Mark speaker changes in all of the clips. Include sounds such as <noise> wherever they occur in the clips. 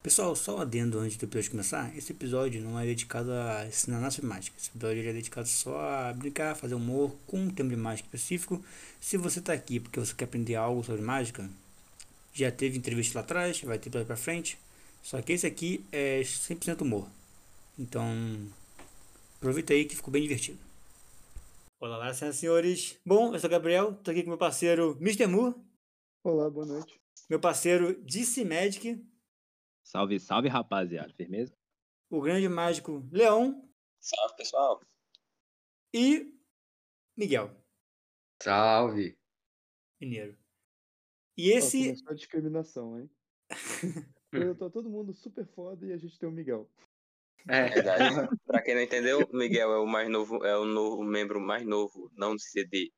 Speaker 1: Pessoal, só um adendo antes do episódio começar. Esse episódio não é dedicado a ensinar nada sobre mágica. Esse episódio ele é dedicado só a brincar, fazer humor com um tema de mágica específico. Se você está aqui porque você quer aprender algo sobre mágica, já teve entrevista lá atrás, vai ter episódio pra frente. Só que esse aqui é 100% humor. Então, aproveita aí que ficou bem divertido. Olá, lá, senhoras e senhores. Bom, eu sou o Gabriel, tô aqui com meu parceiro Mr. Mu,
Speaker 2: Olá, boa noite.
Speaker 1: meu parceiro DC Magic,
Speaker 3: Salve, salve, rapaziada. Firmeza?
Speaker 1: o grande mágico Leon
Speaker 4: Salve, pessoal.
Speaker 1: e Miguel
Speaker 5: Salve!
Speaker 1: Mineiro. E
Speaker 2: Ó,
Speaker 1: esse
Speaker 2: começou a discriminação, hein? Eu tô todo mundo super foda e a gente tem o Miguel.
Speaker 5: É,
Speaker 4: Verdade. pra quem não entendeu, o Miguel é o mais novo, é o novo membro mais novo, não do CD.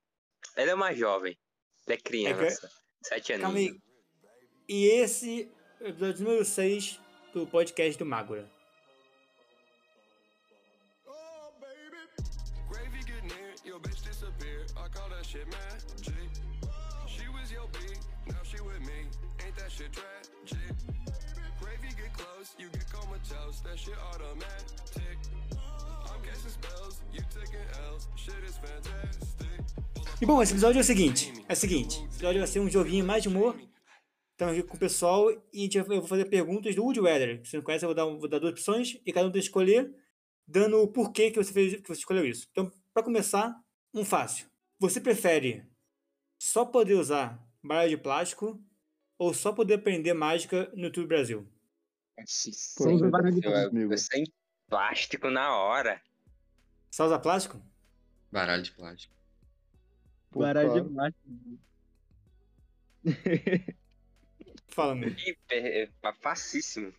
Speaker 4: Ele é o mais jovem. Ele é criança.
Speaker 2: é?
Speaker 4: Sete anos.
Speaker 1: Calma aí. E esse é o episódio número 6 do podcast do Mágora.
Speaker 6: Gravy get near, your bitch disappear. I call that shit magic. She was your B, now she with me. Ain't that shit tragic? Gravy get close, you get comatose. That shit automatic. I'm casting spells, you taking L's. Shit is fantastic.
Speaker 1: E bom, esse episódio é o seguinte. É o seguinte. Esse episódio vai ser um joguinho mais de humor. Estamos aqui com o pessoal e a gente vai, eu vou fazer perguntas do Woodweather. Se não conhece, eu vou dar, um- vou dar duas opções e cada um tem que escolher, dando o porquê que você, fez, que você escolheu isso. Então, para começar, um fácil. Você prefere só poder usar baralho de plástico ou só poder aprender mágica no YouTube Brasil?
Speaker 2: Pô,
Speaker 3: Sem
Speaker 2: eu tô
Speaker 3: baralho de
Speaker 2: feliz comigo.
Speaker 4: Sem é plástico na hora.
Speaker 1: Só usar plástico?
Speaker 5: baralho de plástico.
Speaker 2: Pô,
Speaker 3: Baralho
Speaker 2: claro.
Speaker 3: de plástico.
Speaker 1: Fala, meu.
Speaker 4: Hiper, é, fa- facíssimo.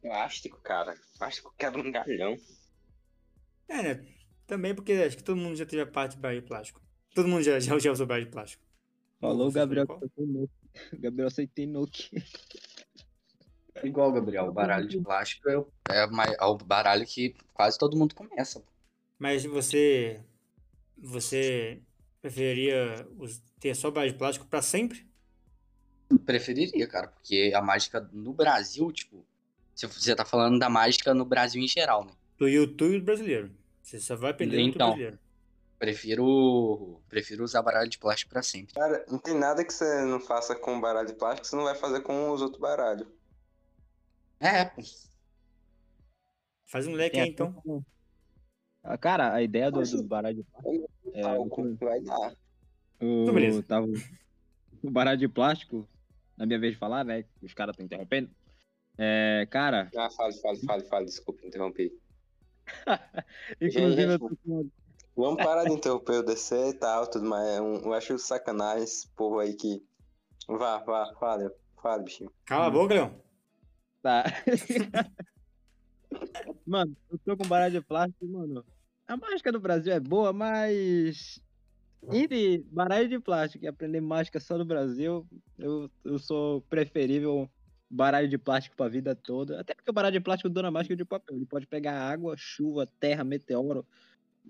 Speaker 4: Plástico, cara. Plástico quebra um galhão.
Speaker 1: É, né? Também porque acho que todo mundo já teve a parte de baralho de plástico. Todo mundo já, já, já usou baralho de plástico.
Speaker 3: Falou o
Speaker 1: Você
Speaker 3: Gabriel que
Speaker 1: falou
Speaker 3: soltou Nuke. <laughs> Gabriel aceitei Nuke.
Speaker 5: Igual, Gabriel, o baralho de plástico é o, é mai- é o baralho que quase todo mundo começa. pô.
Speaker 1: Mas você. Você preferiria us- ter só baralho de plástico pra sempre?
Speaker 5: Preferiria, cara, porque a mágica no Brasil, tipo, se você tá falando da mágica no Brasil em geral, né?
Speaker 1: Do YouTube brasileiro. Você só vai aprender no
Speaker 5: Então.
Speaker 1: YouTube brasileiro.
Speaker 5: Prefiro, prefiro usar baralho de plástico pra sempre.
Speaker 4: Cara, não tem nada que você não faça com baralho de plástico, você não vai fazer com os outros baralhos.
Speaker 5: É, pô.
Speaker 1: Faz um leque
Speaker 3: Tem
Speaker 1: aí
Speaker 5: é
Speaker 3: até
Speaker 1: então.
Speaker 3: um- Ah, Cara, a ideia do, do baralho de plástico. É,
Speaker 4: Álcool, vai dar.
Speaker 3: o,
Speaker 1: beleza.
Speaker 3: tava- o baralho de plástico, na minha vez de falar, né? que Os caras estão interrompendo. É, cara,
Speaker 4: Ah, fale, fale, fale, fale, desculpa interromper.
Speaker 3: inclusive eu
Speaker 4: pô.
Speaker 3: tô com
Speaker 4: Vamos parar de interromper o DC e tal, tudo mais. É um- Eu acho sacanagem esse povo aí que. Vá, vá, fale, fale, bichinho.
Speaker 1: Cala a
Speaker 5: Uhum.
Speaker 1: boca, Leão.
Speaker 3: Tá. <laughs> mano, eu tô com baralho de plástico, mano. A mágica do Brasil é boa, mas. Entre baralho de plástico e aprender mágica só no Brasil, eu, eu sou preferível baralho de plástico pra vida toda. Até porque o baralho de plástico dona mágica de papel. Ele pode pegar água, chuva, terra, meteoro.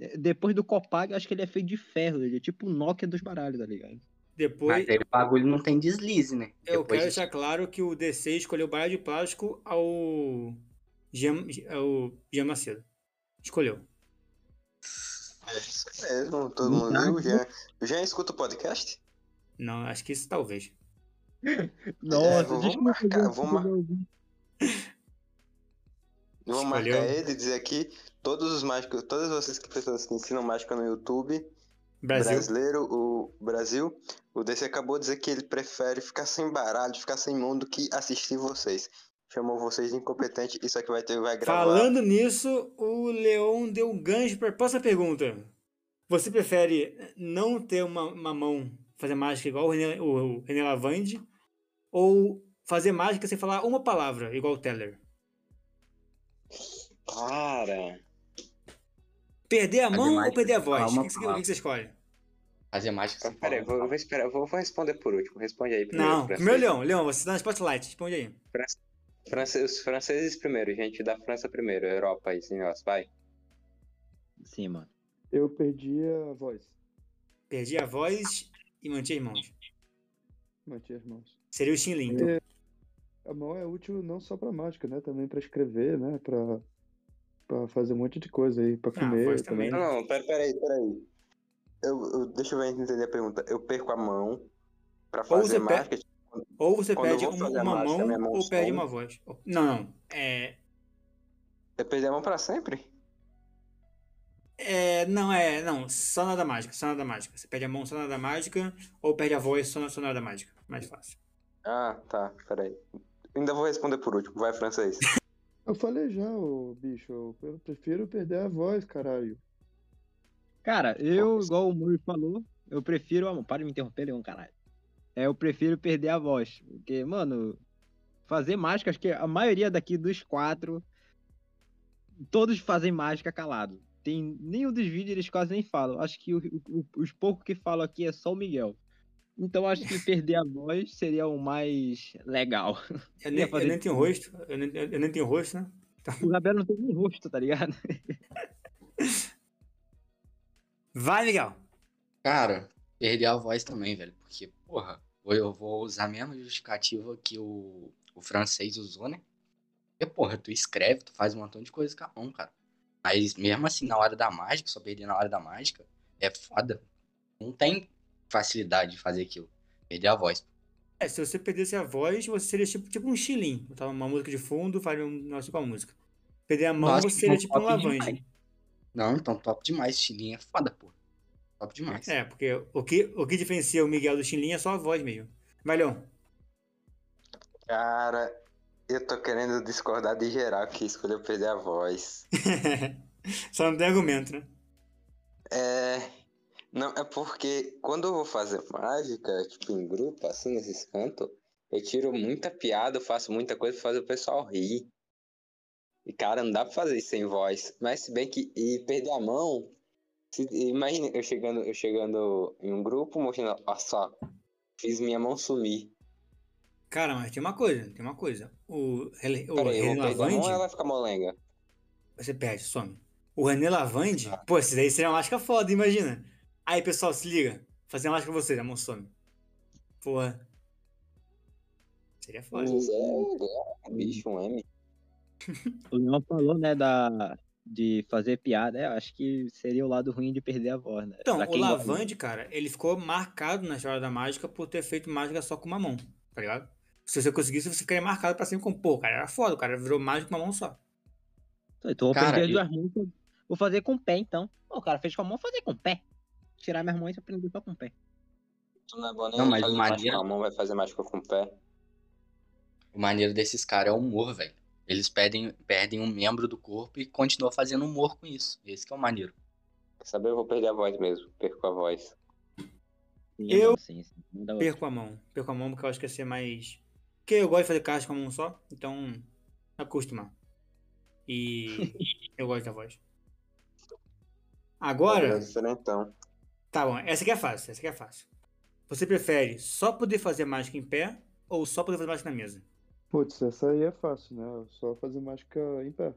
Speaker 3: Eh, Depois do Copag, eu acho que ele é feito de ferro. Ele é tipo o Nokia dos baralhos, tá ligado?
Speaker 1: Depois,
Speaker 5: Mas aí o bagulho não tem deslize, né?
Speaker 1: É, eu quero
Speaker 5: Depois disso-
Speaker 1: deixar claro que o DC escolheu baralho de plástico ao. Jean, ao Jean Macedo. Escolheu.
Speaker 4: É isso mesmo, todo mundo. E o Jean? O Jean escuta o podcast?
Speaker 1: Não, acho que isso talvez.
Speaker 4: Nossa, É, vamos
Speaker 3: deixa eu
Speaker 4: marcar,
Speaker 3: fazer um
Speaker 4: vamos mar-
Speaker 3: vídeo.
Speaker 4: Eu vou
Speaker 1: Escolheu.
Speaker 4: marcar ele e dizer aqui: todos os mágicos, todas vocês que pessoas que ensinam mágica no YouTube,
Speaker 1: Brasil.
Speaker 4: brasileiro, o Brasil, o DC acabou de dizer que ele prefere ficar sem baralho, ficar sem mão do que assistir vocês. Chamou vocês de incompetente, isso aqui vai ter, vai gravar.
Speaker 1: Falando nisso, o Leon deu um gancho para próxima pergunta. Você prefere não ter uma, uma mão fazer mágica igual o René, o, o René Lavande ou fazer mágica sem falar uma palavra igual o Teller?
Speaker 4: Cara.
Speaker 1: Perder a
Speaker 5: Fazer
Speaker 1: mão ou
Speaker 5: mágica
Speaker 1: perder a
Speaker 5: sem falar
Speaker 1: voz? O
Speaker 5: uma
Speaker 1: que, que você- o que que você escolhe?
Speaker 5: Fazer mágica sem
Speaker 4: Então, Peraí,
Speaker 5: falar.
Speaker 4: vou, eu vou esperar, vou, vou responder por último. Responde aí primeiro.
Speaker 1: Não,
Speaker 4: francês.
Speaker 1: primeiro Leon, Leon, você tá na spotlight, responde aí.
Speaker 4: Francês- os franceses primeiro, gente, da França primeiro, Europa e esse negócio, vai.
Speaker 3: Sim, mano.
Speaker 2: Eu perdi a voz.
Speaker 1: Perdi a voz e mantinha as mãos.
Speaker 2: Mantinha as mãos.
Speaker 1: Seria o Xin Lin.
Speaker 2: É. A mão é útil não só pra mágica, né? Também pra escrever, né? Pra, pra fazer um monte de coisa aí, pra
Speaker 1: Ah,
Speaker 2: comer
Speaker 1: voz
Speaker 2: também.
Speaker 1: também, né?
Speaker 4: Não, não, pera- peraí, peraí. Eu, eu- deixa eu ver entender a pergunta. Eu perco a mão pra
Speaker 1: você
Speaker 4: fazer
Speaker 1: pe-
Speaker 4: mágica?
Speaker 1: Ou você
Speaker 4: Quando eu
Speaker 1: perde
Speaker 4: vou
Speaker 1: uma,
Speaker 4: fazer a
Speaker 1: uma
Speaker 4: mágica,
Speaker 1: mão,
Speaker 4: minha mão
Speaker 1: ou perde
Speaker 4: some.
Speaker 1: uma voz. Não, não. É,
Speaker 4: Eu perdi a mão pra sempre?
Speaker 1: é, não, é. Não, só nada mágica, só nada mágica. Você perde a mão só nada mágica, ou perde a voz só, só nada mágica. Mais fácil.
Speaker 4: Ah, tá, peraí. Ainda vou responder por último. Vai, francês.
Speaker 2: Eu falei já, ô bicho, eu prefiro perder a voz, caralho.
Speaker 3: Cara, eu, igual o Murray falou, eu prefiro. Ah, mano, para de me interromper, Leon, caralho. É, eu prefiro perder a voz. Porque, mano, fazer mágica, acho que a maioria daqui dos quatro, todos fazem mágica calado. Tem nenhum dos vídeos eles quase nem falam. Acho que o- o- os poucos que falam aqui é só o Miguel. Então acho que perder a voz seria o mais legal. <laughs>
Speaker 1: Eu nem,
Speaker 3: Ia fazer
Speaker 1: eu nem tenho rosto. Eu nem, eu nem tenho rosto, né?
Speaker 3: O Gabriel não tem nem rosto, tá ligado?
Speaker 1: Vai, legal.
Speaker 5: Cara, perder a voz também, velho. Porque, porra, eu vou usar a mesma justificativa que o, o francês usou, né? Porque, porra, tu escreve, tu faz um montão de coisa com a mão, cara. Mas mesmo assim, na hora da mágica, só perder na hora da mágica, é foda. Não tem facilidade de fazer aquilo. Perder a voz.
Speaker 1: É, se você perdesse a voz, você seria tipo, tipo um chilim. Botava uma música de fundo, faria um negócio com a música. Perder a mão,
Speaker 5: Nossa,
Speaker 1: você seria
Speaker 5: então
Speaker 1: tipo um
Speaker 5: top
Speaker 1: lavanje.
Speaker 5: demais. Não, então top demais. Chilinha é foda, porra. Top demais.
Speaker 1: É, porque o que, o que diferencia o Miguel do Chilim é só a voz mesmo. Vai, Leon.
Speaker 4: Cara, eu tô querendo discordar de geral que escolheu perder a voz.
Speaker 1: <laughs> Só não tem argumento, né?
Speaker 4: É. Não, é porque quando eu vou fazer mágica, tipo em grupo, assim, nesses cantos, eu tiro muita piada, eu faço muita coisa pra fazer o pessoal rir. E, cara, não dá pra fazer isso sem voz. Mas se bem que. E perder a mão. se- imagina eu chegando, eu chegando em um grupo, mostrando, ó só, fiz minha mão sumir.
Speaker 1: Cara, mas tem uma coisa, tem uma coisa. O, Rele- o
Speaker 4: Peraí, eu vou
Speaker 1: René
Speaker 4: perder a mão
Speaker 1: Lavande,
Speaker 4: ou ela fica molenga?
Speaker 1: você perde, some. O René Lavande,
Speaker 3: Ah.
Speaker 1: pô, esse daí seria uma mágica foda, imagina. Aí, pessoal, se liga. Fazer uma mágica com vocês, a mão some. Porra. Seria foda.
Speaker 4: Pois é, é, bicho, um M.
Speaker 3: O Leon falou, né, da, de fazer piada. É, acho que seria o lado ruim de perder a voz, né?
Speaker 1: Então,
Speaker 3: Pra
Speaker 1: o
Speaker 3: quem gosta.
Speaker 1: Lavande, cara, ele ficou marcado na história da mágica por ter feito mágica só com uma mão, tá ligado? Se você conseguisse, você ficaria marcado pra sempre com, pô, o cara era foda, o cara virou mágico com uma mão só.
Speaker 3: Então vou
Speaker 5: Cara,
Speaker 3: perder
Speaker 5: eu-
Speaker 3: duas mãos, então vou fazer com o pé, então. Pô, o cara fez com a mão, vou fazer com o pé. Tirar minhas mãos e aprender só com o pé.
Speaker 4: Tu não é bom nem
Speaker 5: Não, mas
Speaker 4: fazer
Speaker 5: o
Speaker 4: mágica
Speaker 5: maneiro-
Speaker 4: com a mão, vai fazer mágica com o pé.
Speaker 5: O maneiro desses caras é o humor, velho. Eles pedem, perdem um membro do corpo e continuam fazendo humor com isso. Esse que é o maneiro.
Speaker 4: Quer saber? Eu vou perder a voz mesmo. Perco a voz.
Speaker 3: Sim, é assim,
Speaker 1: Eu-
Speaker 3: mano, sim, sim. Não dá-
Speaker 1: Perco a mão. Perco a mão porque eu acho que ia ser mais. Porque eu gosto de fazer caixa com a mão só, então. me Acostumar. E. eu gosto da voz.
Speaker 4: É
Speaker 1: Agora.
Speaker 4: Diferentão.
Speaker 1: Tá bom, essa aqui é fácil, essa aqui é fácil. Você prefere só poder fazer mágica em pé ou só poder fazer mágica na mesa?
Speaker 2: Putz, essa aí é fácil, né? Eu Só fazer mágica em pé.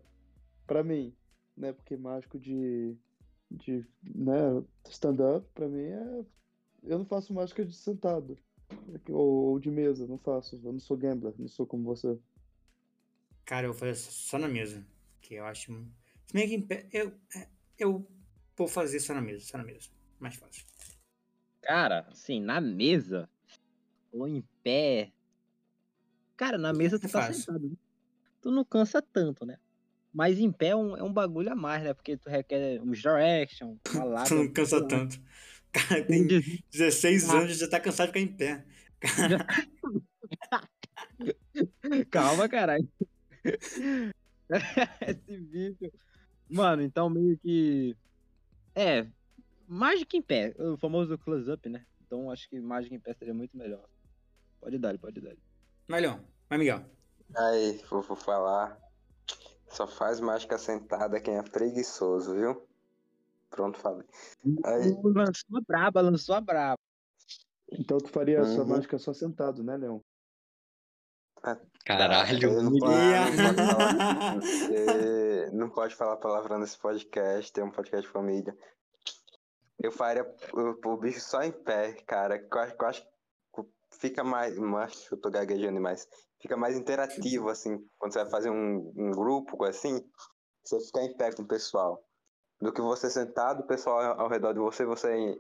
Speaker 2: Pra mim, né? Porque mágico de, de né, stand-up, pra mim é. Eu não faço mágica de sentado. Ou, ou de mesa, não faço. Eu não sou gambler, não sou como você.
Speaker 1: Cara, eu vou fazer só na mesa. Que eu acho. um- Se bem que em pé. Eu, é, eu vou fazer só na mesa, só na mesa. Mais fácil.
Speaker 3: Cara, assim, na mesa. Ou em pé. Cara, na mesa tu
Speaker 1: É
Speaker 3: tá
Speaker 1: fácil.
Speaker 3: sentado. né? Tu não cansa tanto, né? Mas em pé é um, é um bagulho a mais, né? Porque tu requer uns direction,
Speaker 1: <laughs>
Speaker 3: uma lata. assim,
Speaker 1: Você não cansa
Speaker 3: sei lá.
Speaker 1: tanto. Cara, tem
Speaker 3: Tem
Speaker 1: 16
Speaker 3: Ah.
Speaker 1: anos e já tá cansado de ficar em pé.
Speaker 3: Calma, caralho. <laughs> Esse bicho. Mano, então meio que. É. Mágica em pé. O famoso close-up, né? Então acho que mágica em pé seria muito melhor. Pode dar, pode dar.
Speaker 1: Vai, Leon. Vai, Miguel.
Speaker 4: Aí, vou, vou falar. Só faz mágica sentada quem é preguiçoso, viu? Pronto, falei. Aí.
Speaker 3: Uh, Lançou a braba, lançou a braba.
Speaker 2: Então tu faria essa
Speaker 4: Uhum.
Speaker 2: mágica só sentado, né, Leon?
Speaker 5: Caralho.
Speaker 4: Eu não, posso-
Speaker 1: Ia.
Speaker 4: não pode falar, você É, não pode falar palavrão nesse podcast, tem um podcast de família. Eu faria o, o bicho só em pé, cara. que Eu, acho- que eu acho que fica mais. Macho, eu tô gaguejando demais. Fica mais interativo, assim, quando você vai fazer um, um grupo assim, você ficar em pé com o pessoal. Do que você sentado, o pessoal ao ao redor de você, você.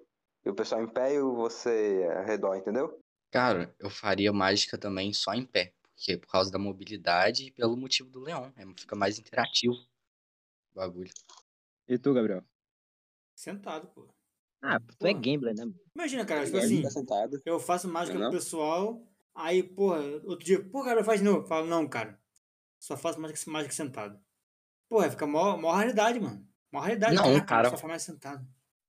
Speaker 4: E o pessoal em pé e o você ao redor, entendeu?
Speaker 5: Cara, eu faria mágica também só em pé. Porque é por causa da mobilidade e pelo motivo do leão. É, fica mais interativo o bagulho.
Speaker 3: E tu, Gabriel?
Speaker 1: <laughs> Sentado, pô.
Speaker 3: Ah, tu é gambler, né? mano?
Speaker 1: Imagina, cara, tipo
Speaker 4: Ele
Speaker 1: assim,
Speaker 4: fica sentado.
Speaker 1: eu faço mágica
Speaker 4: Tá Não?
Speaker 1: pro pessoal, aí, porra, outro dia, pô, cara, faz de novo. Eu falo, não, cara, só faço mágica, mágica sentado. Porra, fica mó, mó raridade, mano. Mó raridade.
Speaker 5: Não,
Speaker 1: Caraca,
Speaker 5: cara.
Speaker 1: Só faz mais sentado.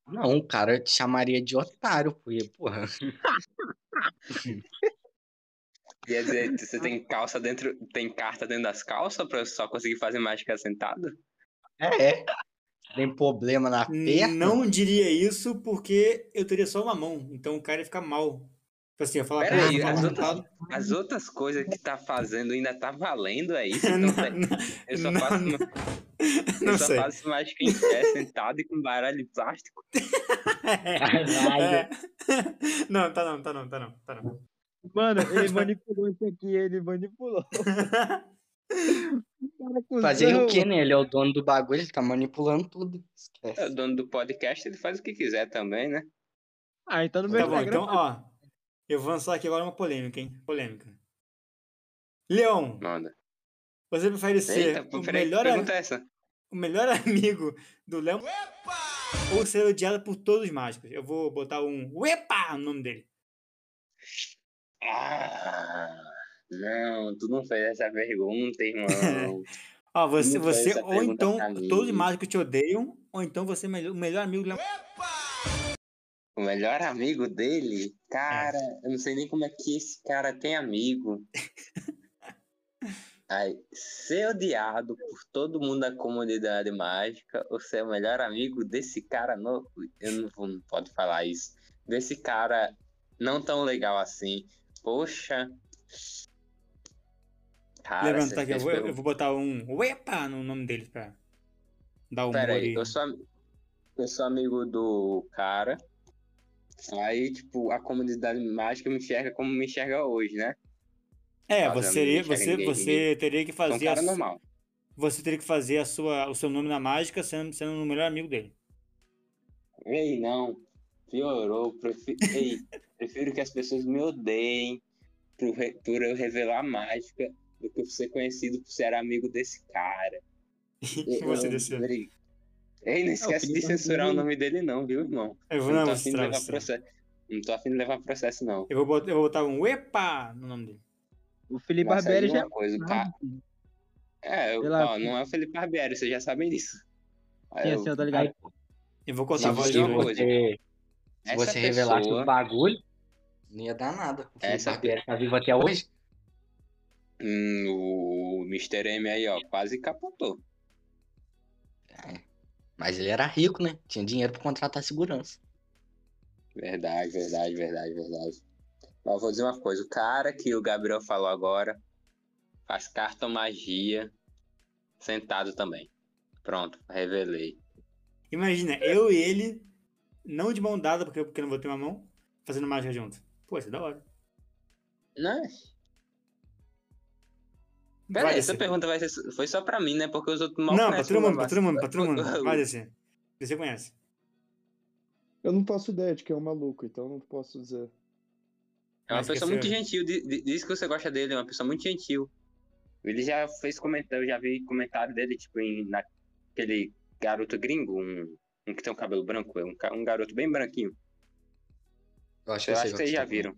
Speaker 5: Não, o cara te chamaria de otário, porque, porra. <laughs>
Speaker 4: Quer dizer, você tem calça dentro. Tem carta dentro das calças pra só conseguir fazer mágica sentado?
Speaker 5: É. Tem problema na perna. <laughs>
Speaker 1: Não diria isso porque eu teria só uma mão, então o cara ia ficar mal. Tipo assim, eu ia falar,
Speaker 4: Pera
Speaker 1: "Pô,
Speaker 4: aí, é
Speaker 1: eu faço
Speaker 4: as
Speaker 1: mal
Speaker 4: outras-
Speaker 1: sentado."
Speaker 4: As outras coisas que tá fazendo ainda tá valendo,
Speaker 1: <laughs>
Speaker 4: é isso? Então, tá-
Speaker 1: Não, não,
Speaker 4: eu só
Speaker 1: não,
Speaker 4: faço
Speaker 1: não.
Speaker 4: Eu
Speaker 1: não
Speaker 4: só
Speaker 1: sei.
Speaker 4: faço mágica em pé, sentado e com baralho de plástico.
Speaker 1: <laughs>
Speaker 4: né?
Speaker 1: É. <laughs> Não, tá não, tá não, tá não, tá não.
Speaker 3: Mano, ele manipulou isso aqui, ele <laughs> manipulou. Cara, cuzão,
Speaker 5: Fazer o quê, né? Ele é o dono do bagulho, ele tá manipulando tudo.
Speaker 4: É,
Speaker 5: Esquece.
Speaker 4: O dono do podcast, ele faz o que quiser também, né?
Speaker 3: Ah, então no meu
Speaker 1: Tá bom,
Speaker 3: Instagram.
Speaker 1: então, ó. Eu vou lançar aqui agora uma polêmica, hein? Polêmica. Leon,
Speaker 4: Manda.
Speaker 1: você prefere ser
Speaker 4: Eita, pô,
Speaker 1: o,
Speaker 4: peraí, que
Speaker 1: melhor, a-
Speaker 4: pergunta é essa?
Speaker 1: o melhor amigo do Leon ou ser odiado por todos os mágicos? Eu vou botar um Uepa no nome dele.
Speaker 4: Ah, não, tu não fez essa pergunta,
Speaker 1: <laughs>
Speaker 4: irmão.
Speaker 1: Ó, você,
Speaker 4: Não faz
Speaker 1: você
Speaker 4: essa
Speaker 1: ou
Speaker 4: pergunta tá
Speaker 1: então
Speaker 4: pra mim.
Speaker 1: todos os mágicos te odeiam, ou então você é o melhor- o melhor amigo do Leon.
Speaker 4: o melhor amigo dele?
Speaker 1: É.
Speaker 4: Cara, eu não sei nem como é que esse cara
Speaker 1: <laughs>
Speaker 4: tem amigo. Ai, ser odiado por todo mundo da comunidade mágica ou ser o melhor amigo desse cara novo? Eu não, vou, não pode falar isso. Desse cara não tão legal assim. Poxa. Cara,
Speaker 1: Levanta
Speaker 4: você
Speaker 1: aqui, eu
Speaker 4: fez
Speaker 1: vou, eu
Speaker 4: pergunta.
Speaker 1: vou botar um Uepa no nome dele pra dar um
Speaker 4: Pera aí,
Speaker 1: humor
Speaker 4: eu
Speaker 1: e-
Speaker 4: sou, am- eu sou amigo do cara. Aí, tipo, a comunidade mágica me enxerga como me enxerga hoje, né?
Speaker 1: É,
Speaker 4: fazendo
Speaker 1: você, seria-
Speaker 4: enxerga
Speaker 1: você,
Speaker 4: ninguém,
Speaker 1: você teria que
Speaker 4: É um
Speaker 1: fazer a
Speaker 4: cara
Speaker 1: su-
Speaker 4: normal.
Speaker 1: você teria que fazer a sua, o seu nome na mágica sendo, sendo o melhor amigo dele.
Speaker 4: Ei, não. Piorou. Prefi...
Speaker 1: <laughs>
Speaker 4: Ei, prefiro que as pessoas me odeiem por, re- por eu revelar mágica do que ser conhecido por ser amigo desse cara.
Speaker 1: que <laughs> você assim,
Speaker 4: Eu-
Speaker 1: desceu?
Speaker 4: Ei, não esquece de
Speaker 3: filho,
Speaker 4: censurar o
Speaker 3: eu- assim,
Speaker 4: nome dele não, viu, irmão?
Speaker 1: Eu vou,
Speaker 4: Eu não
Speaker 1: não,
Speaker 4: tô
Speaker 1: vou
Speaker 4: afim de
Speaker 1: citar, vou
Speaker 4: levar
Speaker 1: citar.
Speaker 4: processo. Não tô afim de levar processo, não.
Speaker 1: Eu vou botar, eu vou botar um Epa no nome dele.
Speaker 3: O Felipe
Speaker 4: Mas aí
Speaker 3: Barbieri
Speaker 4: uma
Speaker 3: já.
Speaker 4: coisa, o ca- É, eu-
Speaker 3: Pela-
Speaker 4: ó, não é o Felipe Barbieri, vocês já sabem disso. Aí
Speaker 3: Sim,
Speaker 4: é, eu-
Speaker 3: assim, eu tô ligado.
Speaker 1: Eu vou cortar
Speaker 5: Se
Speaker 1: a voz
Speaker 5: você,
Speaker 4: fazer
Speaker 1: dele.
Speaker 4: uma coisa.
Speaker 5: você, se
Speaker 4: Essa
Speaker 5: você revelasse
Speaker 4: pessoa-
Speaker 5: o bagulho, não ia dar nada. O Felipe
Speaker 4: Essa-
Speaker 5: Barbieri tá vivo até hoje.
Speaker 4: Hum, o Mr. M aí, ó, quase capotou.
Speaker 5: Mas ele era rico, né? Tinha dinheiro pra contratar segurança.
Speaker 4: Verdade, verdade, verdade, verdade. Mas eu vou dizer uma coisa, o cara que o Gabriel falou agora faz cartomagia sentado também. Pronto, revelei.
Speaker 1: Imagina, eu e ele, não de mão dada, porque, porque eu não vou ter uma mão, fazendo mágica junto. Pô, isso é da hora.
Speaker 4: Né?
Speaker 1: Vai
Speaker 4: Peraí, essa
Speaker 1: descer.
Speaker 4: pergunta vai ser- foi só pra mim, né? Porque os outros mal
Speaker 1: Não, pra
Speaker 4: conhecem
Speaker 1: todo
Speaker 4: o
Speaker 1: mundo, pra
Speaker 4: Babá.
Speaker 1: todo mundo, pra todo
Speaker 4: <laughs>
Speaker 1: mundo. Vai descer. Você conhece.
Speaker 2: Eu não faço ideia de que é um maluco, então não posso dizer.
Speaker 4: É uma
Speaker 1: Mas
Speaker 4: pessoa muito
Speaker 1: esqueceu.
Speaker 4: gentil, di- di- diz que você gosta dele, é uma pessoa muito gentil. Ele já fez comentário, eu já vi comentário dele, tipo, em, naquele garoto gringo, um, um que tem um cabelo branco, é um, ca- um garoto bem branquinho.
Speaker 5: Eu acho
Speaker 4: Eu acho que
Speaker 5: eu sei qual
Speaker 4: vocês
Speaker 5: você
Speaker 4: já
Speaker 5: tá falando.
Speaker 4: viram.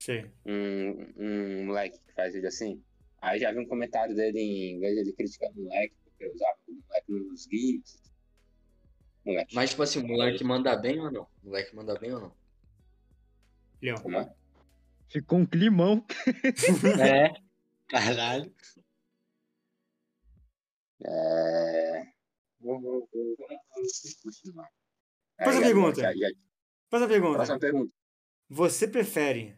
Speaker 1: Sei.
Speaker 4: Um, um moleque que faz vídeo assim. Aí já vi um comentário dele em vez de criticar o moleque, porque usava o moleque nos games. Moleque.
Speaker 5: Mas, tipo assim, o moleque manda bem ou não? O moleque manda bem ou não?
Speaker 1: Leon.
Speaker 4: Como é?
Speaker 3: Ficou um climão.
Speaker 5: É. <laughs> Caralho.
Speaker 4: É. Vou- vou- vou- vamos continuar.
Speaker 1: Faz a
Speaker 4: Aí,
Speaker 1: pergunta.
Speaker 4: já- já-
Speaker 1: Faz a pergunta.
Speaker 4: Próxima pergunta.
Speaker 1: Você prefere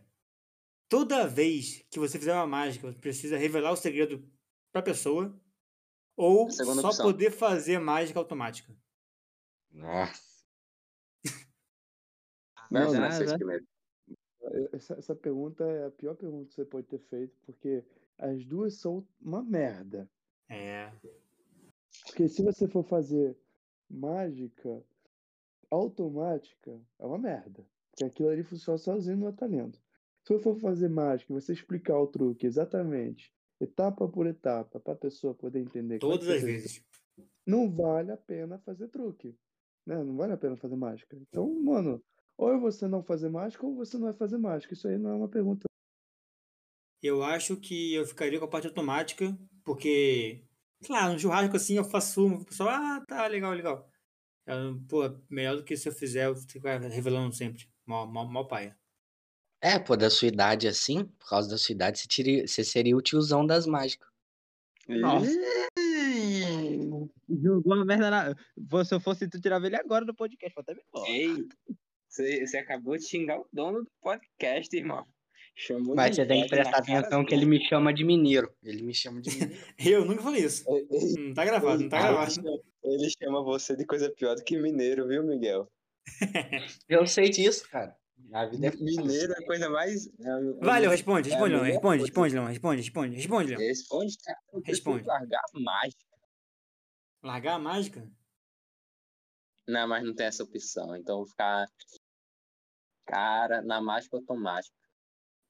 Speaker 1: toda vez que você fizer uma mágica, você precisa revelar o segredo pra pessoa ou
Speaker 4: A segunda
Speaker 1: só
Speaker 4: opção.
Speaker 1: poder fazer mágica automática?
Speaker 5: Nossa.
Speaker 4: Mas
Speaker 3: Não,
Speaker 4: eu
Speaker 3: né,
Speaker 4: não sei
Speaker 3: né?
Speaker 4: primeiro.
Speaker 2: Essa, essa pergunta é a pior pergunta que você pode ter feito, porque as duas são uma merda.
Speaker 1: É.
Speaker 2: Porque se você for fazer mágica automática, é uma merda. Porque aquilo ali funciona sozinho no talento. Se eu for fazer mágica, e você explicar o truque exatamente, etapa por etapa, para a pessoa poder entender. como é que
Speaker 1: Todas as
Speaker 2: você
Speaker 1: vezes.
Speaker 2: não vale a pena fazer truque. Né? Não vale a pena fazer mágica. Então, mano, ou é você não fazer mágica ou você não vai fazer mágica. Isso aí não é uma pergunta.
Speaker 1: Eu acho que eu ficaria com a parte automática, porque, sei lá, um churrasco assim eu faço uma, o pessoal, ah, tá, legal, legal. É, pô, melhor do que se eu fizer, eu ficar revelando sempre. Mó, mó, mó paia. <laughs>
Speaker 5: É, pô, da sua idade assim, por causa da sua idade, você, tiri- você seria o tiozão das mágicas.
Speaker 3: Nossa.
Speaker 4: Ih,
Speaker 3: Jogou a merda na. Pô, Se eu fosse tu tirava ele agora do podcast, vou até me embora.
Speaker 4: Ei, você você acabou de xingar o dono do podcast, irmão. Chamou
Speaker 5: Mas
Speaker 4: de
Speaker 5: você tem que
Speaker 4: velho na
Speaker 5: prestar
Speaker 4: cara
Speaker 5: atenção que
Speaker 4: dele.
Speaker 5: ele me chama de mineiro. Ele me chama de mineiro.
Speaker 1: Eu nunca falei isso.
Speaker 4: Ele-
Speaker 1: Não tá gravado,
Speaker 4: é,
Speaker 1: não tá gravado.
Speaker 5: né?
Speaker 4: ele- Ele chama você de coisa pior do que mineiro, viu, Miguel?
Speaker 5: <laughs> Eu sei disso, Tipo cara. A vida é
Speaker 4: Mineiro é a coisa mais. é-
Speaker 1: Vai, Leon,
Speaker 4: é-
Speaker 1: responde,
Speaker 4: é a
Speaker 1: responde, Leon,
Speaker 4: melhor
Speaker 1: responde,
Speaker 4: coisa.
Speaker 1: responde, Leon, responde, responde, responde, Leon.
Speaker 4: Responde, cara. Eu preciso
Speaker 1: Responde.
Speaker 4: Largar a mágica.
Speaker 1: Largar a mágica?
Speaker 4: Não, mas não tem essa opção. Então eu vou ficar. Cara, na mágica automática.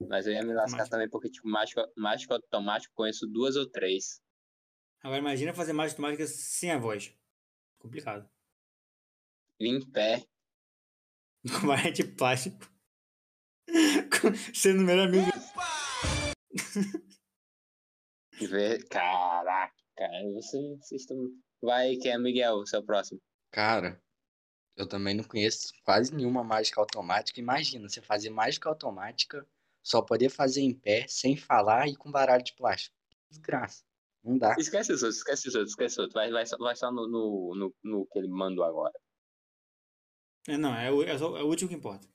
Speaker 4: Mas eu ia me lascar
Speaker 1: Automática.
Speaker 4: também, porque, tipo, mágica, mágica automática eu conheço duas ou três.
Speaker 1: Agora imagina fazer mágica automática sem a voz. Complicado. <laughs>
Speaker 4: Em pé.
Speaker 1: Com barra é de plástico. <laughs> Com- Sendo o melhor amigo.
Speaker 4: Ver... Caraca, você, vocês estão. Vai, quem é Miguel, seu próximo.
Speaker 5: Cara, eu também não conheço quase nenhuma mágica automática. Imagina, você fazer mágica automática, só poder fazer em pé, sem falar e com baralho de plástico. Desgraça. Não dá.
Speaker 4: Esquece os outros, esquece os outros, esquece os outros. Vai, vai, só, vai só no, no, no, no que ele mandou agora.
Speaker 1: É, não, é o, é só- é o último que importa.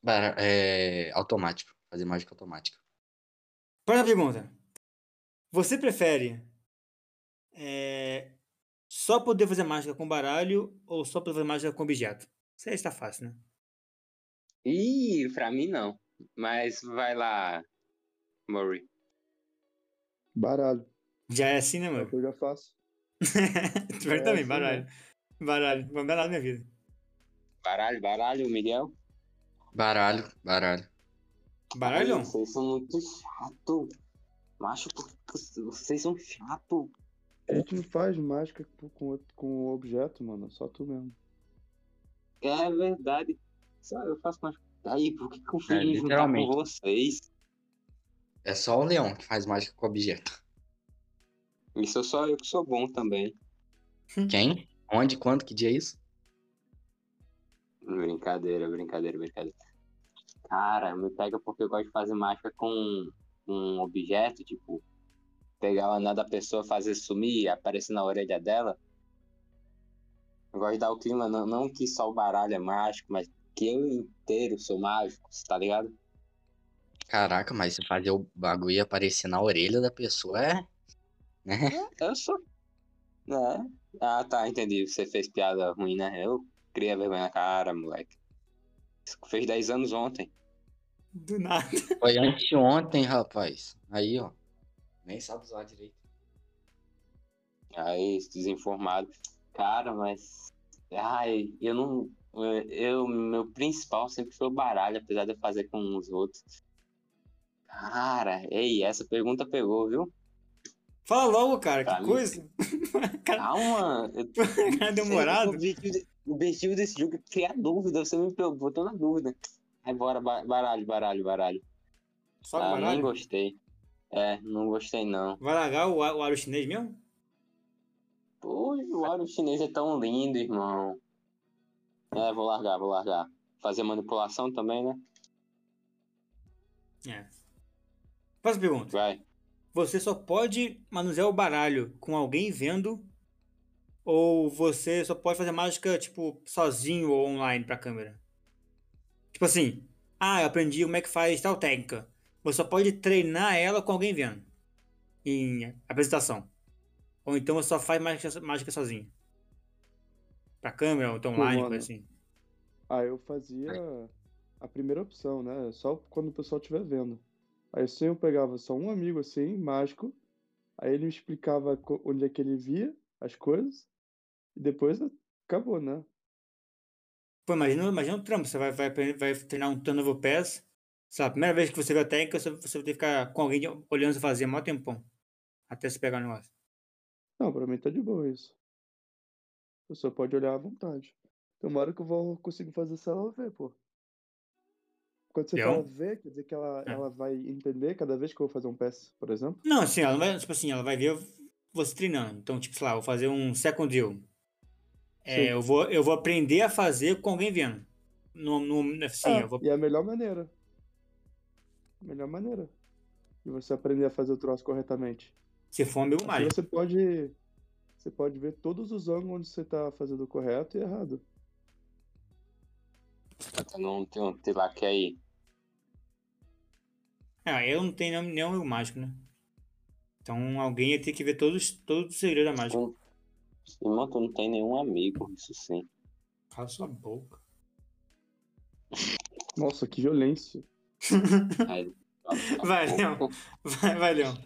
Speaker 5: Bara- é, automático. Fazer mágica automática.
Speaker 1: Próxima pergunta. Você prefere é, só poder fazer mágica com baralho ou só poder fazer mágica com objeto? Isso aí está fácil, né?
Speaker 4: Ih, pra mim não. Mas vai lá, Murray.
Speaker 2: Baralho.
Speaker 1: Já é assim, né,
Speaker 2: É o
Speaker 1: mano?
Speaker 2: <laughs> que eu já faço.
Speaker 1: Tu vai
Speaker 2: É
Speaker 1: também,
Speaker 2: assim,
Speaker 1: baralho. Baralho. Não dá nada na minha vida.
Speaker 4: Baralho, baralho, Miguel.
Speaker 5: Baralho, baralho.
Speaker 2: Tá
Speaker 1: Baralho? não.
Speaker 4: Vocês são muito chato. Macho, por que vocês são chato.
Speaker 2: A gente não faz mágica com- com, outro- com objeto, mano. Só tu mesmo.
Speaker 4: É verdade. Só eu faço mais. Aí, por que, que eu fui
Speaker 5: É,
Speaker 4: me juntar com
Speaker 5: literalmente.
Speaker 4: vocês?
Speaker 5: É só o leão que faz mágica com objeto.
Speaker 4: Isso sou só eu que sou bom também.
Speaker 1: Hum.
Speaker 5: Quem? Onde? Quando? Que dia é isso?
Speaker 4: Brincadeira, brincadeira, brincadeira. Cara, me pega porque eu gosto de fazer mágica com com um objeto, tipo, pegar o anel da pessoa, fazer sumir, e aparecer na orelha dela. Eu gosto de dar o clima, não, não que só o baralho é mágico, mas que eu inteiro sou mágico, cê tá ligado?
Speaker 5: Caraca, mas você fazer o bagulho e aparecer na orelha da pessoa é. Né?
Speaker 4: Eu sou. Né? Ah, tá, entendi. Você fez piada ruim, né? Eu cria vergonha na cara, moleque. Fez 10 anos ontem.
Speaker 1: Do nada.
Speaker 5: Foi anteontem, rapaz. Aí, ó. Nem sabe usar direito.
Speaker 4: Aí, desinformado. Cara, mas. Ai, eu não. Eu, meu principal sempre foi o baralho, apesar de eu fazer com os outros. Cara, ei, essa pergunta pegou, viu?
Speaker 1: Fala logo, cara.
Speaker 4: Pra
Speaker 2: Tá
Speaker 1: Que
Speaker 4: mim-
Speaker 1: coisa. cara,
Speaker 4: Calma!
Speaker 1: <laughs>
Speaker 4: eu-
Speaker 1: cara demorado.
Speaker 4: O objetivo, de- o objetivo desse jogo é criar dúvida, você me pegou, botou na dúvida. Aí bora, ba- baralho, baralho, baralho.
Speaker 1: Só
Speaker 2: Tá,
Speaker 1: com
Speaker 4: ah, não
Speaker 1: baralho.
Speaker 4: gostei. É, não gostei não.
Speaker 1: Vai largar o, a- o aro chinês mesmo?
Speaker 4: Pô, o aro chinês é tão lindo, irmão. É, vou largar, vou largar. Fazer manipulação também, né?
Speaker 1: É. Próxima pergunta.
Speaker 4: Vai.
Speaker 1: Você só pode manusear o baralho com alguém vendo? Ou você só pode fazer mágica, tipo, sozinho ou online pra câmera? Tipo assim, ah, eu aprendi como é que faz tal técnica. Você só pode treinar ela com alguém vendo. Em apresentação. Ou então você só faz mágica, mágica sozinho. Pra câmera, ou então
Speaker 2: Pô,
Speaker 1: online,
Speaker 2: mano.
Speaker 1: coisa assim.
Speaker 2: Ah, eu fazia a primeira opção, né? Só quando o pessoal estiver vendo. Aí assim eu pegava só um amigo assim, mágico, aí ele me explicava co- onde é que ele via as coisas, e depois acabou, né?
Speaker 1: Pô, imagina, imagina o trampo. Você vai, vai, apre- vai treinar um turnover pass. Sei lá, a primeira vez que você vê a técnica, você, você vai ter que ficar com alguém de- olhando você fazer mó tempão. Até você pegar o negócio.
Speaker 2: Não, pra mim tá de boa isso. A pessoa pode olhar à vontade. Tomara que eu vou conseguir fazer se ela ver, pô. Quando você
Speaker 1: Eu?
Speaker 2: fala ver, quer dizer que ela,
Speaker 1: É.
Speaker 2: ela vai entender cada vez que eu vou fazer um pass, por exemplo?
Speaker 1: Não, assim, ela vai, tipo assim, ela vai ver você treinando. Então, tipo, sei lá, eu vou fazer um second drill. É,
Speaker 2: Sim.
Speaker 1: eu, vou, eu vou aprender a fazer com alguém vendo. No, no, assim,
Speaker 2: Ah,
Speaker 1: eu vou
Speaker 2: E é a melhor maneira. Melhor maneira. De você aprender a fazer o troço corretamente.
Speaker 1: Se for um amigo
Speaker 2: Aí
Speaker 1: mágico.
Speaker 2: você pode. Você pode ver todos os ângulos onde você tá fazendo o correto e errado.
Speaker 4: Não tem um tilaque aí.
Speaker 1: Ah, eu não tenho nenhum, nenhum amigo mágico, né? Então alguém ia ter que ver todos, todos os segredos da mágica. <laughs>
Speaker 4: Irmão, tu não tem nenhum amigo, isso sim.
Speaker 1: Cala sua boca.
Speaker 2: Nossa, que violência.
Speaker 4: Aí-
Speaker 1: <laughs> Vai,
Speaker 4: <laughs>
Speaker 1: Leão. Vai, vai, Leão.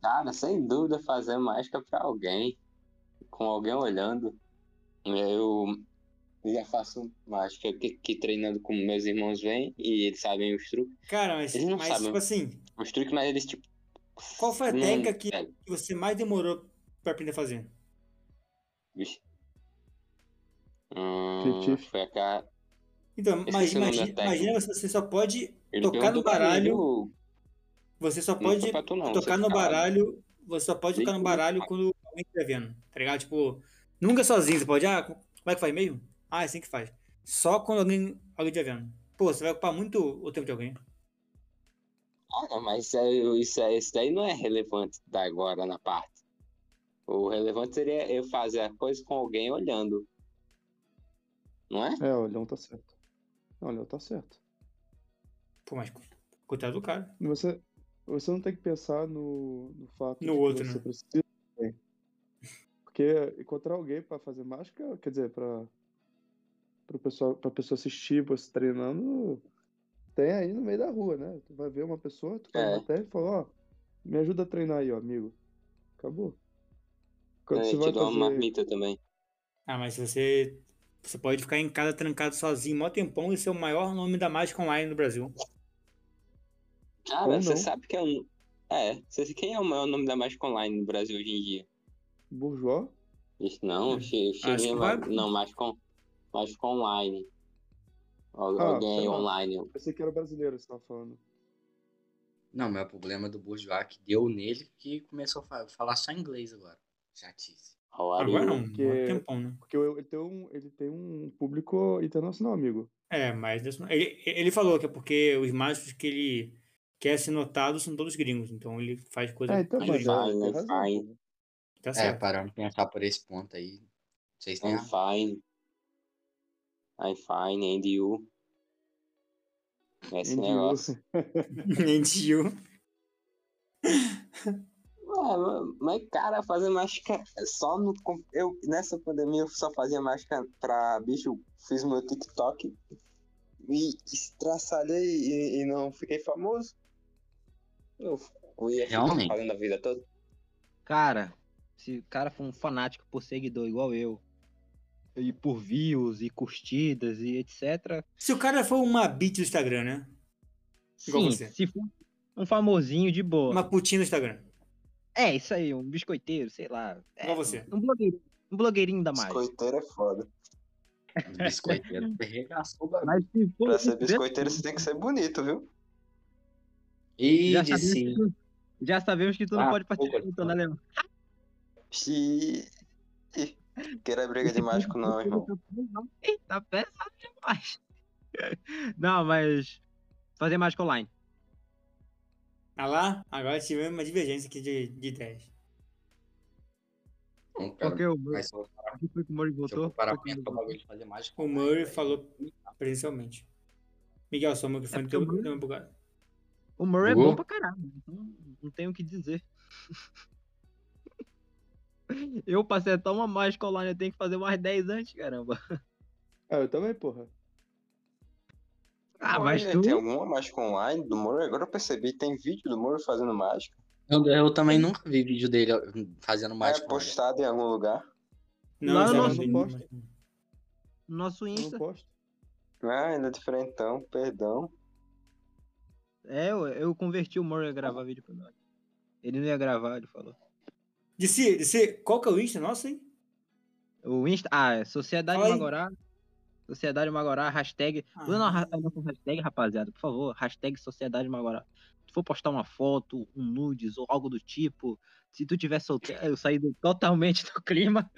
Speaker 4: Cara, sem dúvida, fazer mágica pra alguém. Com alguém olhando. Eu já faço mágica que, que treinando com meus irmãos vem e eles sabem os truques.
Speaker 1: Cara, mas,
Speaker 4: Eles não
Speaker 1: mas
Speaker 4: sabem. né?
Speaker 1: tipo assim,
Speaker 4: Os truques, mas eles tipo.
Speaker 1: qual foi a
Speaker 4: não-
Speaker 1: técnica que
Speaker 4: é,
Speaker 1: que você mais demorou pra aprender a fazer?
Speaker 4: bicho. Hum,
Speaker 2: Flip-flip.
Speaker 4: foi a cara.
Speaker 1: Então,
Speaker 4: Esqueci
Speaker 1: mas
Speaker 4: o nome da
Speaker 1: imagina,
Speaker 4: técnica.
Speaker 1: imagina você, você só pode.
Speaker 4: Ele
Speaker 1: Tocar no
Speaker 4: perguntou pra mim,
Speaker 1: baralho,
Speaker 4: viu?
Speaker 1: Você só
Speaker 4: Não
Speaker 1: pode
Speaker 4: foi pra tu, não.
Speaker 1: tocar
Speaker 4: você
Speaker 1: no
Speaker 4: tá calado.
Speaker 1: baralho. Você só pode
Speaker 4: Nem
Speaker 1: tocar no
Speaker 4: comigo.
Speaker 1: baralho quando alguém estiver vendo, tá ligado? Tipo, nunca sozinho, você pode. Ah, como é que faz meio? Ah, é assim que faz. Só quando alguém, alguém estiver vendo. Pô, você vai ocupar muito o tempo de alguém.
Speaker 4: Ah, não, mas isso, aí- isso, aí- isso daí não é relevante da agora na parte. O relevante seria eu fazer a coisa com alguém olhando. Não é?
Speaker 2: É, o Leão tá certo. Não, o Leão tá certo.
Speaker 1: Pô, mas co- coitado é do cara.
Speaker 2: Você, você não tem que pensar no, no fato
Speaker 1: No
Speaker 2: de
Speaker 1: outro,
Speaker 2: que você
Speaker 1: né?
Speaker 2: precisa. é. Porque encontrar alguém pra fazer mágica, quer dizer, pra, pro pessoal, pra pessoa assistir você treinando, tem aí no meio da rua, né? Tu vai ver uma pessoa, tu
Speaker 4: É.
Speaker 2: vai até e fala, ó, me ajuda a treinar aí, ó, amigo. Acabou. Quando
Speaker 4: É,
Speaker 2: você vai
Speaker 4: tirou
Speaker 2: fazer...
Speaker 4: uma marmita também.
Speaker 1: Ah, mas você. Você pode ficar em casa trancado sozinho mó tempão e ser o maior nome da mágica online no Brasil.
Speaker 4: Cara,
Speaker 2: Ou
Speaker 4: você
Speaker 2: não.
Speaker 4: sabe que é um. É, você sabe quem é o maior nome da mágica online no Brasil hoje em dia?
Speaker 2: Bourgeois?
Speaker 4: Isso não,
Speaker 2: É,
Speaker 1: Hum,
Speaker 4: che-
Speaker 1: que
Speaker 4: cheguei.
Speaker 1: vai-
Speaker 4: mais- Não, mágica, on- mágica online. Al-
Speaker 2: Ah,
Speaker 4: Alguém
Speaker 2: sei lá.
Speaker 4: online.
Speaker 2: Pensei que era brasileiro, você tava falando.
Speaker 5: Não, mas é o problema do Bourgeois que deu nele que começou a fa- falar só inglês agora. Chatice.
Speaker 1: Agora não,
Speaker 2: porque-
Speaker 1: mó tempão, né?
Speaker 2: Porque ele tem um, ele tem um público internacional, amigo.
Speaker 1: É, mas isso não- ele, ele falou que é porque os mágicos que ele quer ser notado são todos gringos, então ele faz coisa.
Speaker 2: É, então,
Speaker 1: com
Speaker 2: mas
Speaker 1: gringo.
Speaker 4: vai,
Speaker 2: é, tem
Speaker 4: né,
Speaker 2: razão,
Speaker 4: vai.
Speaker 2: pô.
Speaker 1: Tá
Speaker 5: É,
Speaker 1: <laughs> certo.
Speaker 5: parando de pensar por esse ponto aí. Vocês têm
Speaker 4: I'm
Speaker 5: razão.
Speaker 4: fine. I'm fine, and you. Esse
Speaker 2: Entendi.
Speaker 4: negócio.
Speaker 1: Mentiu.
Speaker 4: Ué, ma- mas cara, fazer mágica só no. com- Eu, nessa pandemia eu só fazia mágica pra bicho, fiz meu TikTok e estraçalhei e, e não fiquei famoso. Eu fui
Speaker 5: Realmente.
Speaker 4: fazendo a vida toda.
Speaker 3: Cara, se o cara for um fanático por seguidor igual eu, e por views e curtidas e etc.
Speaker 1: Se o cara for uma bit do Instagram, né? Igual
Speaker 3: sim,
Speaker 1: você.
Speaker 3: se for um famosinho de boa.
Speaker 1: Uma putinha do Instagram.
Speaker 3: É, isso aí, um biscoiteiro, sei lá. É,
Speaker 1: Igual você.
Speaker 3: Um blogueirinho, um blogueirinho da mais.
Speaker 4: Biscoiteiro é foda.
Speaker 5: Os biscoiteiros um
Speaker 1: <laughs>
Speaker 5: regaçou o bagulho.
Speaker 3: Mas se for um
Speaker 4: Pra ser
Speaker 3: esse
Speaker 4: biscoiteiro
Speaker 3: preto,
Speaker 4: você tem que ser bonito, viu?
Speaker 5: E
Speaker 3: já sabemos,
Speaker 5: disse.
Speaker 3: que, já sabemos que tu não
Speaker 5: Ah,
Speaker 3: pode participar,
Speaker 5: pouco.
Speaker 3: então, né, Leão?
Speaker 4: E. e- Queira briga de mágico,
Speaker 5: <laughs>
Speaker 4: não, irmão.
Speaker 3: Ih, Tá pesado demais. <laughs> Não, mas. Fazer mágica online.
Speaker 1: Ah lá, agora tivemos uma divergência aqui de, de 10.
Speaker 5: Não, cara,
Speaker 3: Porque o
Speaker 5: mas se eu parar-
Speaker 3: que foi que o Mori
Speaker 5: se eu
Speaker 3: voltou.
Speaker 5: parar
Speaker 3: foi
Speaker 5: pra
Speaker 3: que o
Speaker 5: pensar o
Speaker 3: Mori
Speaker 5: bagulho de fazer mágica.
Speaker 1: O Murray falou presencialmente. Miguel, seu
Speaker 3: É
Speaker 1: microfone
Speaker 3: porque o
Speaker 1: teu
Speaker 3: Murray-
Speaker 1: deu uma bugada.
Speaker 3: O Murray é
Speaker 5: Bugou?
Speaker 3: bom pra caralho, então não tenho o que dizer. <laughs> Eu passei até uma mágica online, eu tenho que fazer mais 10 antes, caramba.
Speaker 2: Ah, eu também, porra.
Speaker 3: Ah, mas
Speaker 4: Olha,
Speaker 3: tu.
Speaker 4: Tem um alguma mágica online do Moro? Agora eu percebi, tem vídeo do Moro fazendo mágica.
Speaker 5: Eu, eu também nunca vi vídeo dele ó, fazendo mágica.
Speaker 4: é
Speaker 5: olha.
Speaker 4: postado em algum lugar.
Speaker 1: Não,
Speaker 3: Lá
Speaker 1: isso
Speaker 3: no
Speaker 1: era
Speaker 2: nosso
Speaker 1: bem-
Speaker 2: posto.
Speaker 3: Nosso
Speaker 2: Eu não
Speaker 3: Insta.
Speaker 2: posto.
Speaker 4: Ah, ainda é diferentão, perdão.
Speaker 3: É, eu, eu converti o Moro a gravar vídeo pra nós. Ele não ia gravar, ele falou.
Speaker 1: Disse, disse, qual que é o Insta nosso, hein?
Speaker 3: O Insta. Ah, é Sociedade
Speaker 1: Fala aí.
Speaker 3: Magorá. Sociedade Magorá, hashtag.
Speaker 1: Ah.
Speaker 3: Usa na- a nossa um hashtag, rapaziada, por favor. Hashtag Sociedade Magorá. Se for postar uma foto, um nudes ou algo do tipo, se tu tiver solteiro, eu saí do- totalmente <laughs> do clima.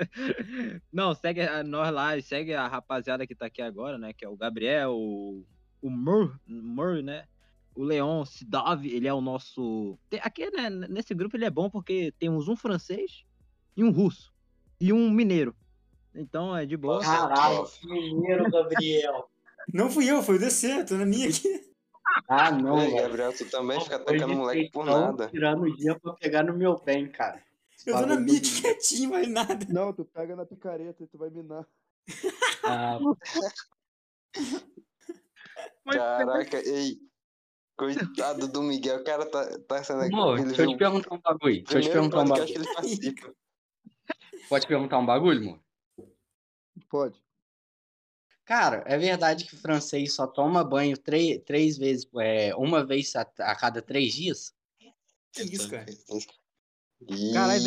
Speaker 3: Não, segue a nós lá e segue a rapaziada que tá aqui agora, né? Que é o Gabriel, o, o Mur, Mur, né? O Leon Sidav, ele é o nosso. tem- Aqui, né? Nesse grupo ele é bom porque temos um francês e um russo. E um mineiro. Então é de boa.
Speaker 4: Nossa,
Speaker 5: Caralho,
Speaker 4: top.
Speaker 5: que
Speaker 4: tá-
Speaker 5: mineiro, Gabriel.
Speaker 1: Não fui eu, foi o DC, tô na minha aqui.
Speaker 5: <laughs> Ah, não,
Speaker 4: Ei,
Speaker 5: velho.
Speaker 4: Gabriel, tu também fica
Speaker 5: Hoje
Speaker 4: atacando
Speaker 5: vocês
Speaker 4: tá moleque por
Speaker 5: tão
Speaker 4: nada.
Speaker 5: tirando o dia pra pegar no meu bem, cara.
Speaker 1: Eu tô na minha aqui quietinho, vai nada.
Speaker 2: Não, tu pega na picareta e tu vai minar. <laughs>
Speaker 5: Ah,
Speaker 4: Caraca, ei. Coitado do Miguel, o cara tá, tá sendo
Speaker 5: Amor,
Speaker 4: ele
Speaker 5: deixa eu
Speaker 4: viu
Speaker 5: te perguntar um bagulho. Deixa eu te
Speaker 4: primeiro
Speaker 5: perguntar um
Speaker 4: podcast que
Speaker 5: bagulho.
Speaker 4: ele participa.
Speaker 5: Pode perguntar um bagulho, amor?
Speaker 2: Pode.
Speaker 5: Cara, é verdade que o francês só toma banho três, três vezes, é, uma vez a, a cada três dias?
Speaker 1: Que isso, cara?
Speaker 4: Ih,
Speaker 3: Cara, é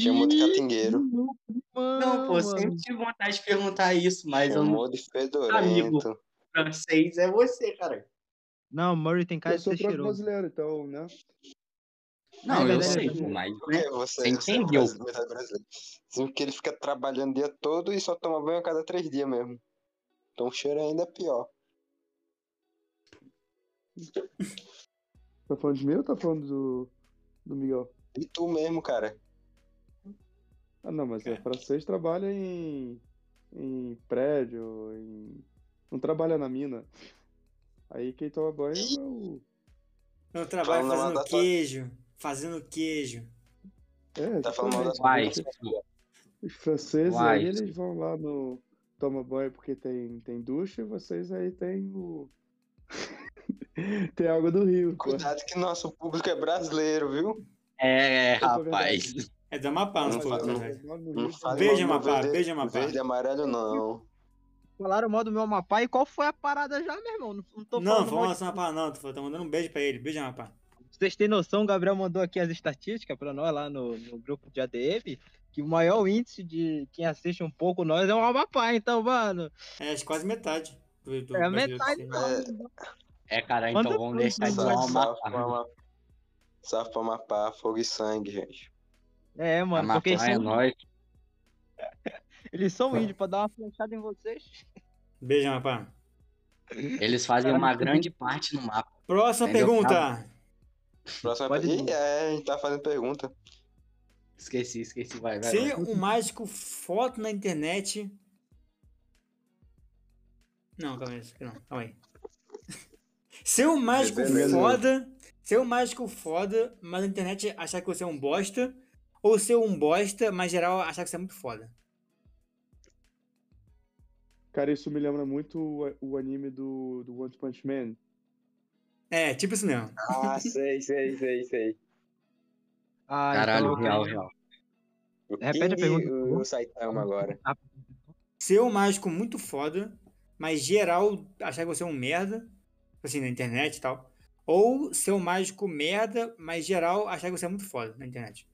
Speaker 4: Chamou de catingueiro.
Speaker 5: Uhum. Não, pô,
Speaker 3: mano.
Speaker 5: sempre tive vontade de perguntar isso, mas eu não.
Speaker 4: Chamou de fedorento.
Speaker 5: Francês é você, cara.
Speaker 3: Não, Murray tem cara
Speaker 2: eu
Speaker 3: de
Speaker 2: sou
Speaker 3: ser cheiroso.
Speaker 2: brasileiro, então, né?
Speaker 5: Não,
Speaker 3: É
Speaker 5: eu
Speaker 3: verdade,
Speaker 5: sei,
Speaker 2: é
Speaker 5: pô, mas.
Speaker 4: Por
Speaker 5: né?
Speaker 4: que você, você
Speaker 5: Você
Speaker 4: é
Speaker 5: entendeu.
Speaker 4: brasi- metade brasileiro? Sim, porque ele fica trabalhando o dia todo e só toma banho a cada três dias mesmo. Então o cheiro ainda é pior.
Speaker 2: Tá falando de mim ou tá falando do, do Miguel?
Speaker 4: E tu mesmo, cara.
Speaker 2: Ah, não, mas é,
Speaker 1: É.
Speaker 2: francês trabalha em, em prédio, em... não trabalha na mina. Aí quem toma banho é o...
Speaker 1: Eu trabalho
Speaker 4: Fala lá
Speaker 1: fazendo
Speaker 4: da tua-
Speaker 1: queijo, fazendo queijo.
Speaker 2: É,
Speaker 4: Tá falando mal da
Speaker 2: exatamente.
Speaker 5: Uai,
Speaker 2: Os franceses
Speaker 5: Uai.
Speaker 2: aí, eles vão lá no... Toma banho porque tem, tem ducha e vocês aí tem o... <laughs> tem água do rio, pô.
Speaker 4: Cuidado que nosso público é brasileiro, viu?
Speaker 5: é,
Speaker 2: Eu sou verdade.
Speaker 3: né?
Speaker 5: rapaz.
Speaker 1: É do Amapá, não
Speaker 4: Não
Speaker 1: foi?
Speaker 4: fala- não-
Speaker 1: Cajás?
Speaker 2: Lá no
Speaker 4: Não
Speaker 2: Rio
Speaker 4: fale
Speaker 1: Verde,
Speaker 4: mal do
Speaker 1: Amapá,
Speaker 4: verde-
Speaker 1: verde, Amapá.
Speaker 4: Verde e amarelo, não.
Speaker 3: Falaram mal do meu Amapá e qual foi a parada já, meu irmão? Não, não tô
Speaker 1: Não,
Speaker 3: falando mal
Speaker 1: vamos lá, Amapá, não. Tô tô mandando um beijo pra ele. Beijo, Amapá.
Speaker 3: de- Vocês têm noção, o Gabriel mandou aqui as estatísticas pra nós lá no, no grupo de ADM, que o maior índice de quem assiste um pouco nós é o Amapá, então, mano.
Speaker 1: É, acho que quase metade. Do, do assim.
Speaker 3: É a
Speaker 1: brasileiro
Speaker 3: metade
Speaker 1: que tem.
Speaker 3: do
Speaker 5: É, cara,
Speaker 3: Manda um
Speaker 5: então vamos
Speaker 3: tudo,
Speaker 5: deixar de
Speaker 3: mano.
Speaker 5: dar
Speaker 4: Salve,
Speaker 5: uma
Speaker 4: salve pra Amapá. Salve pra Amapá, fogo e sangue, gente.
Speaker 3: É, mano,
Speaker 5: Amapá
Speaker 3: porque eles
Speaker 5: é
Speaker 3: são,
Speaker 5: nóis.
Speaker 3: eles são índios, pra dar uma flechada em vocês.
Speaker 1: Beijo, Amapá.
Speaker 5: Eles fazem uma grande parte no mapa.
Speaker 1: Próxima
Speaker 5: Entendeu?
Speaker 1: pergunta.
Speaker 4: Próxima
Speaker 3: Pode ir.
Speaker 4: pergunta. Ih, é, a gente tá fazendo pergunta.
Speaker 5: Esqueci, esqueci, vai, vai.
Speaker 1: Se
Speaker 5: vai.
Speaker 1: um mágico foto na internet. Não, calma aí, isso aqui não, calma aí. <laughs> Ser um mágico
Speaker 4: Beleza.
Speaker 1: foda. Ser um mágico foda, mas na internet achar que você é um bosta. Ou ser um bosta, mas geral achar que você é muito foda.
Speaker 2: Cara, isso me lembra muito o, o anime do, do One Punch Man.
Speaker 1: É, tipo isso mesmo.
Speaker 4: Ah, sei, sei, sei, sei.
Speaker 3: Ah,
Speaker 5: Caralho,
Speaker 3: então-
Speaker 5: real, real.
Speaker 3: Repete a
Speaker 4: Ih,
Speaker 3: pergunta, por
Speaker 4: O,
Speaker 3: favor.
Speaker 4: o Saitama agora.
Speaker 1: Ser um mágico muito foda, mas geral achar que você é um merda. tipo Assim, na internet e tal. Ou ser um mágico merda, mas geral achar que você é muito foda na internet.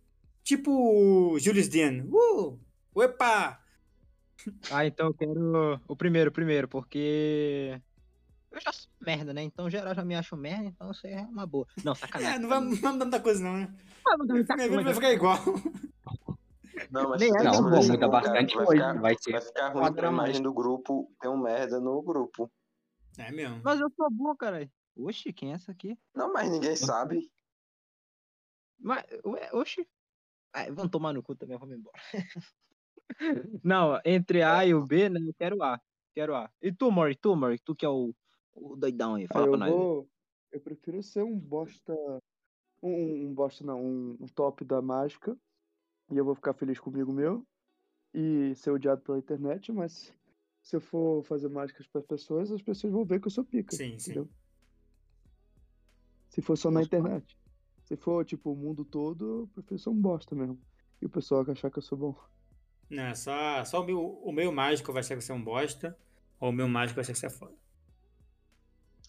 Speaker 1: Tipo o Julius Den. Uh! Epa!
Speaker 3: Ah, então eu quero o primeiro, o primeiro, porque. Eu já sou merda, né? Então geral já me acho merda, então isso aí é uma boa. Não, <laughs> sacanagem.
Speaker 1: É, não vai não vai mudar muita coisa, não, né?
Speaker 3: Ah, não dá muita
Speaker 1: Minha vida vai
Speaker 3: coisa.
Speaker 1: ficar igual. <laughs>
Speaker 4: Não, mas
Speaker 3: Nem é,
Speaker 4: tem
Speaker 3: nem
Speaker 5: Não,
Speaker 4: que
Speaker 3: é.
Speaker 5: vou
Speaker 4: ver,
Speaker 5: mudar
Speaker 4: né, cara,
Speaker 5: bastante
Speaker 4: vai
Speaker 5: hoje.
Speaker 4: ficar-
Speaker 5: Vai ser
Speaker 4: Vai ficar ruim pra
Speaker 5: Quadra mais.
Speaker 4: imagem do grupo ter um merda no grupo.
Speaker 1: É mesmo.
Speaker 3: Mas eu sou bom, caralho. Oxi, quem é essa aqui?
Speaker 4: Não, mas
Speaker 1: Uhum.
Speaker 4: ninguém sabe.
Speaker 3: Mas, ué, oxi. Ah, vamos tomar no cu também, vamos embora. <laughs> não, entre A e o B, né? Eu quero A. Quero A. E tu, Mori, tu, Mori, tu que é o, o doidão aí,
Speaker 2: Ah,
Speaker 3: fala
Speaker 2: eu
Speaker 3: pra nós.
Speaker 2: vou. Eu prefiro ser um bosta. Um, um- um bosta não, um, um top da mágica. um E eu vou ficar feliz comigo meu. E ser odiado pela internet, mas se eu for fazer mágicas para as pessoas, as pessoas vão ver que eu sou pica.
Speaker 1: Sim, sim.
Speaker 2: entendeu? Se for só na internet. Se for, tipo, o mundo todo, eu prefiro ser um bosta mesmo. E o pessoal que achar que eu sou bom.
Speaker 1: Não, é só, só o, meu, o meu mágico vai achar que você é um bosta, ou o meu mágico vai achar que você é foda.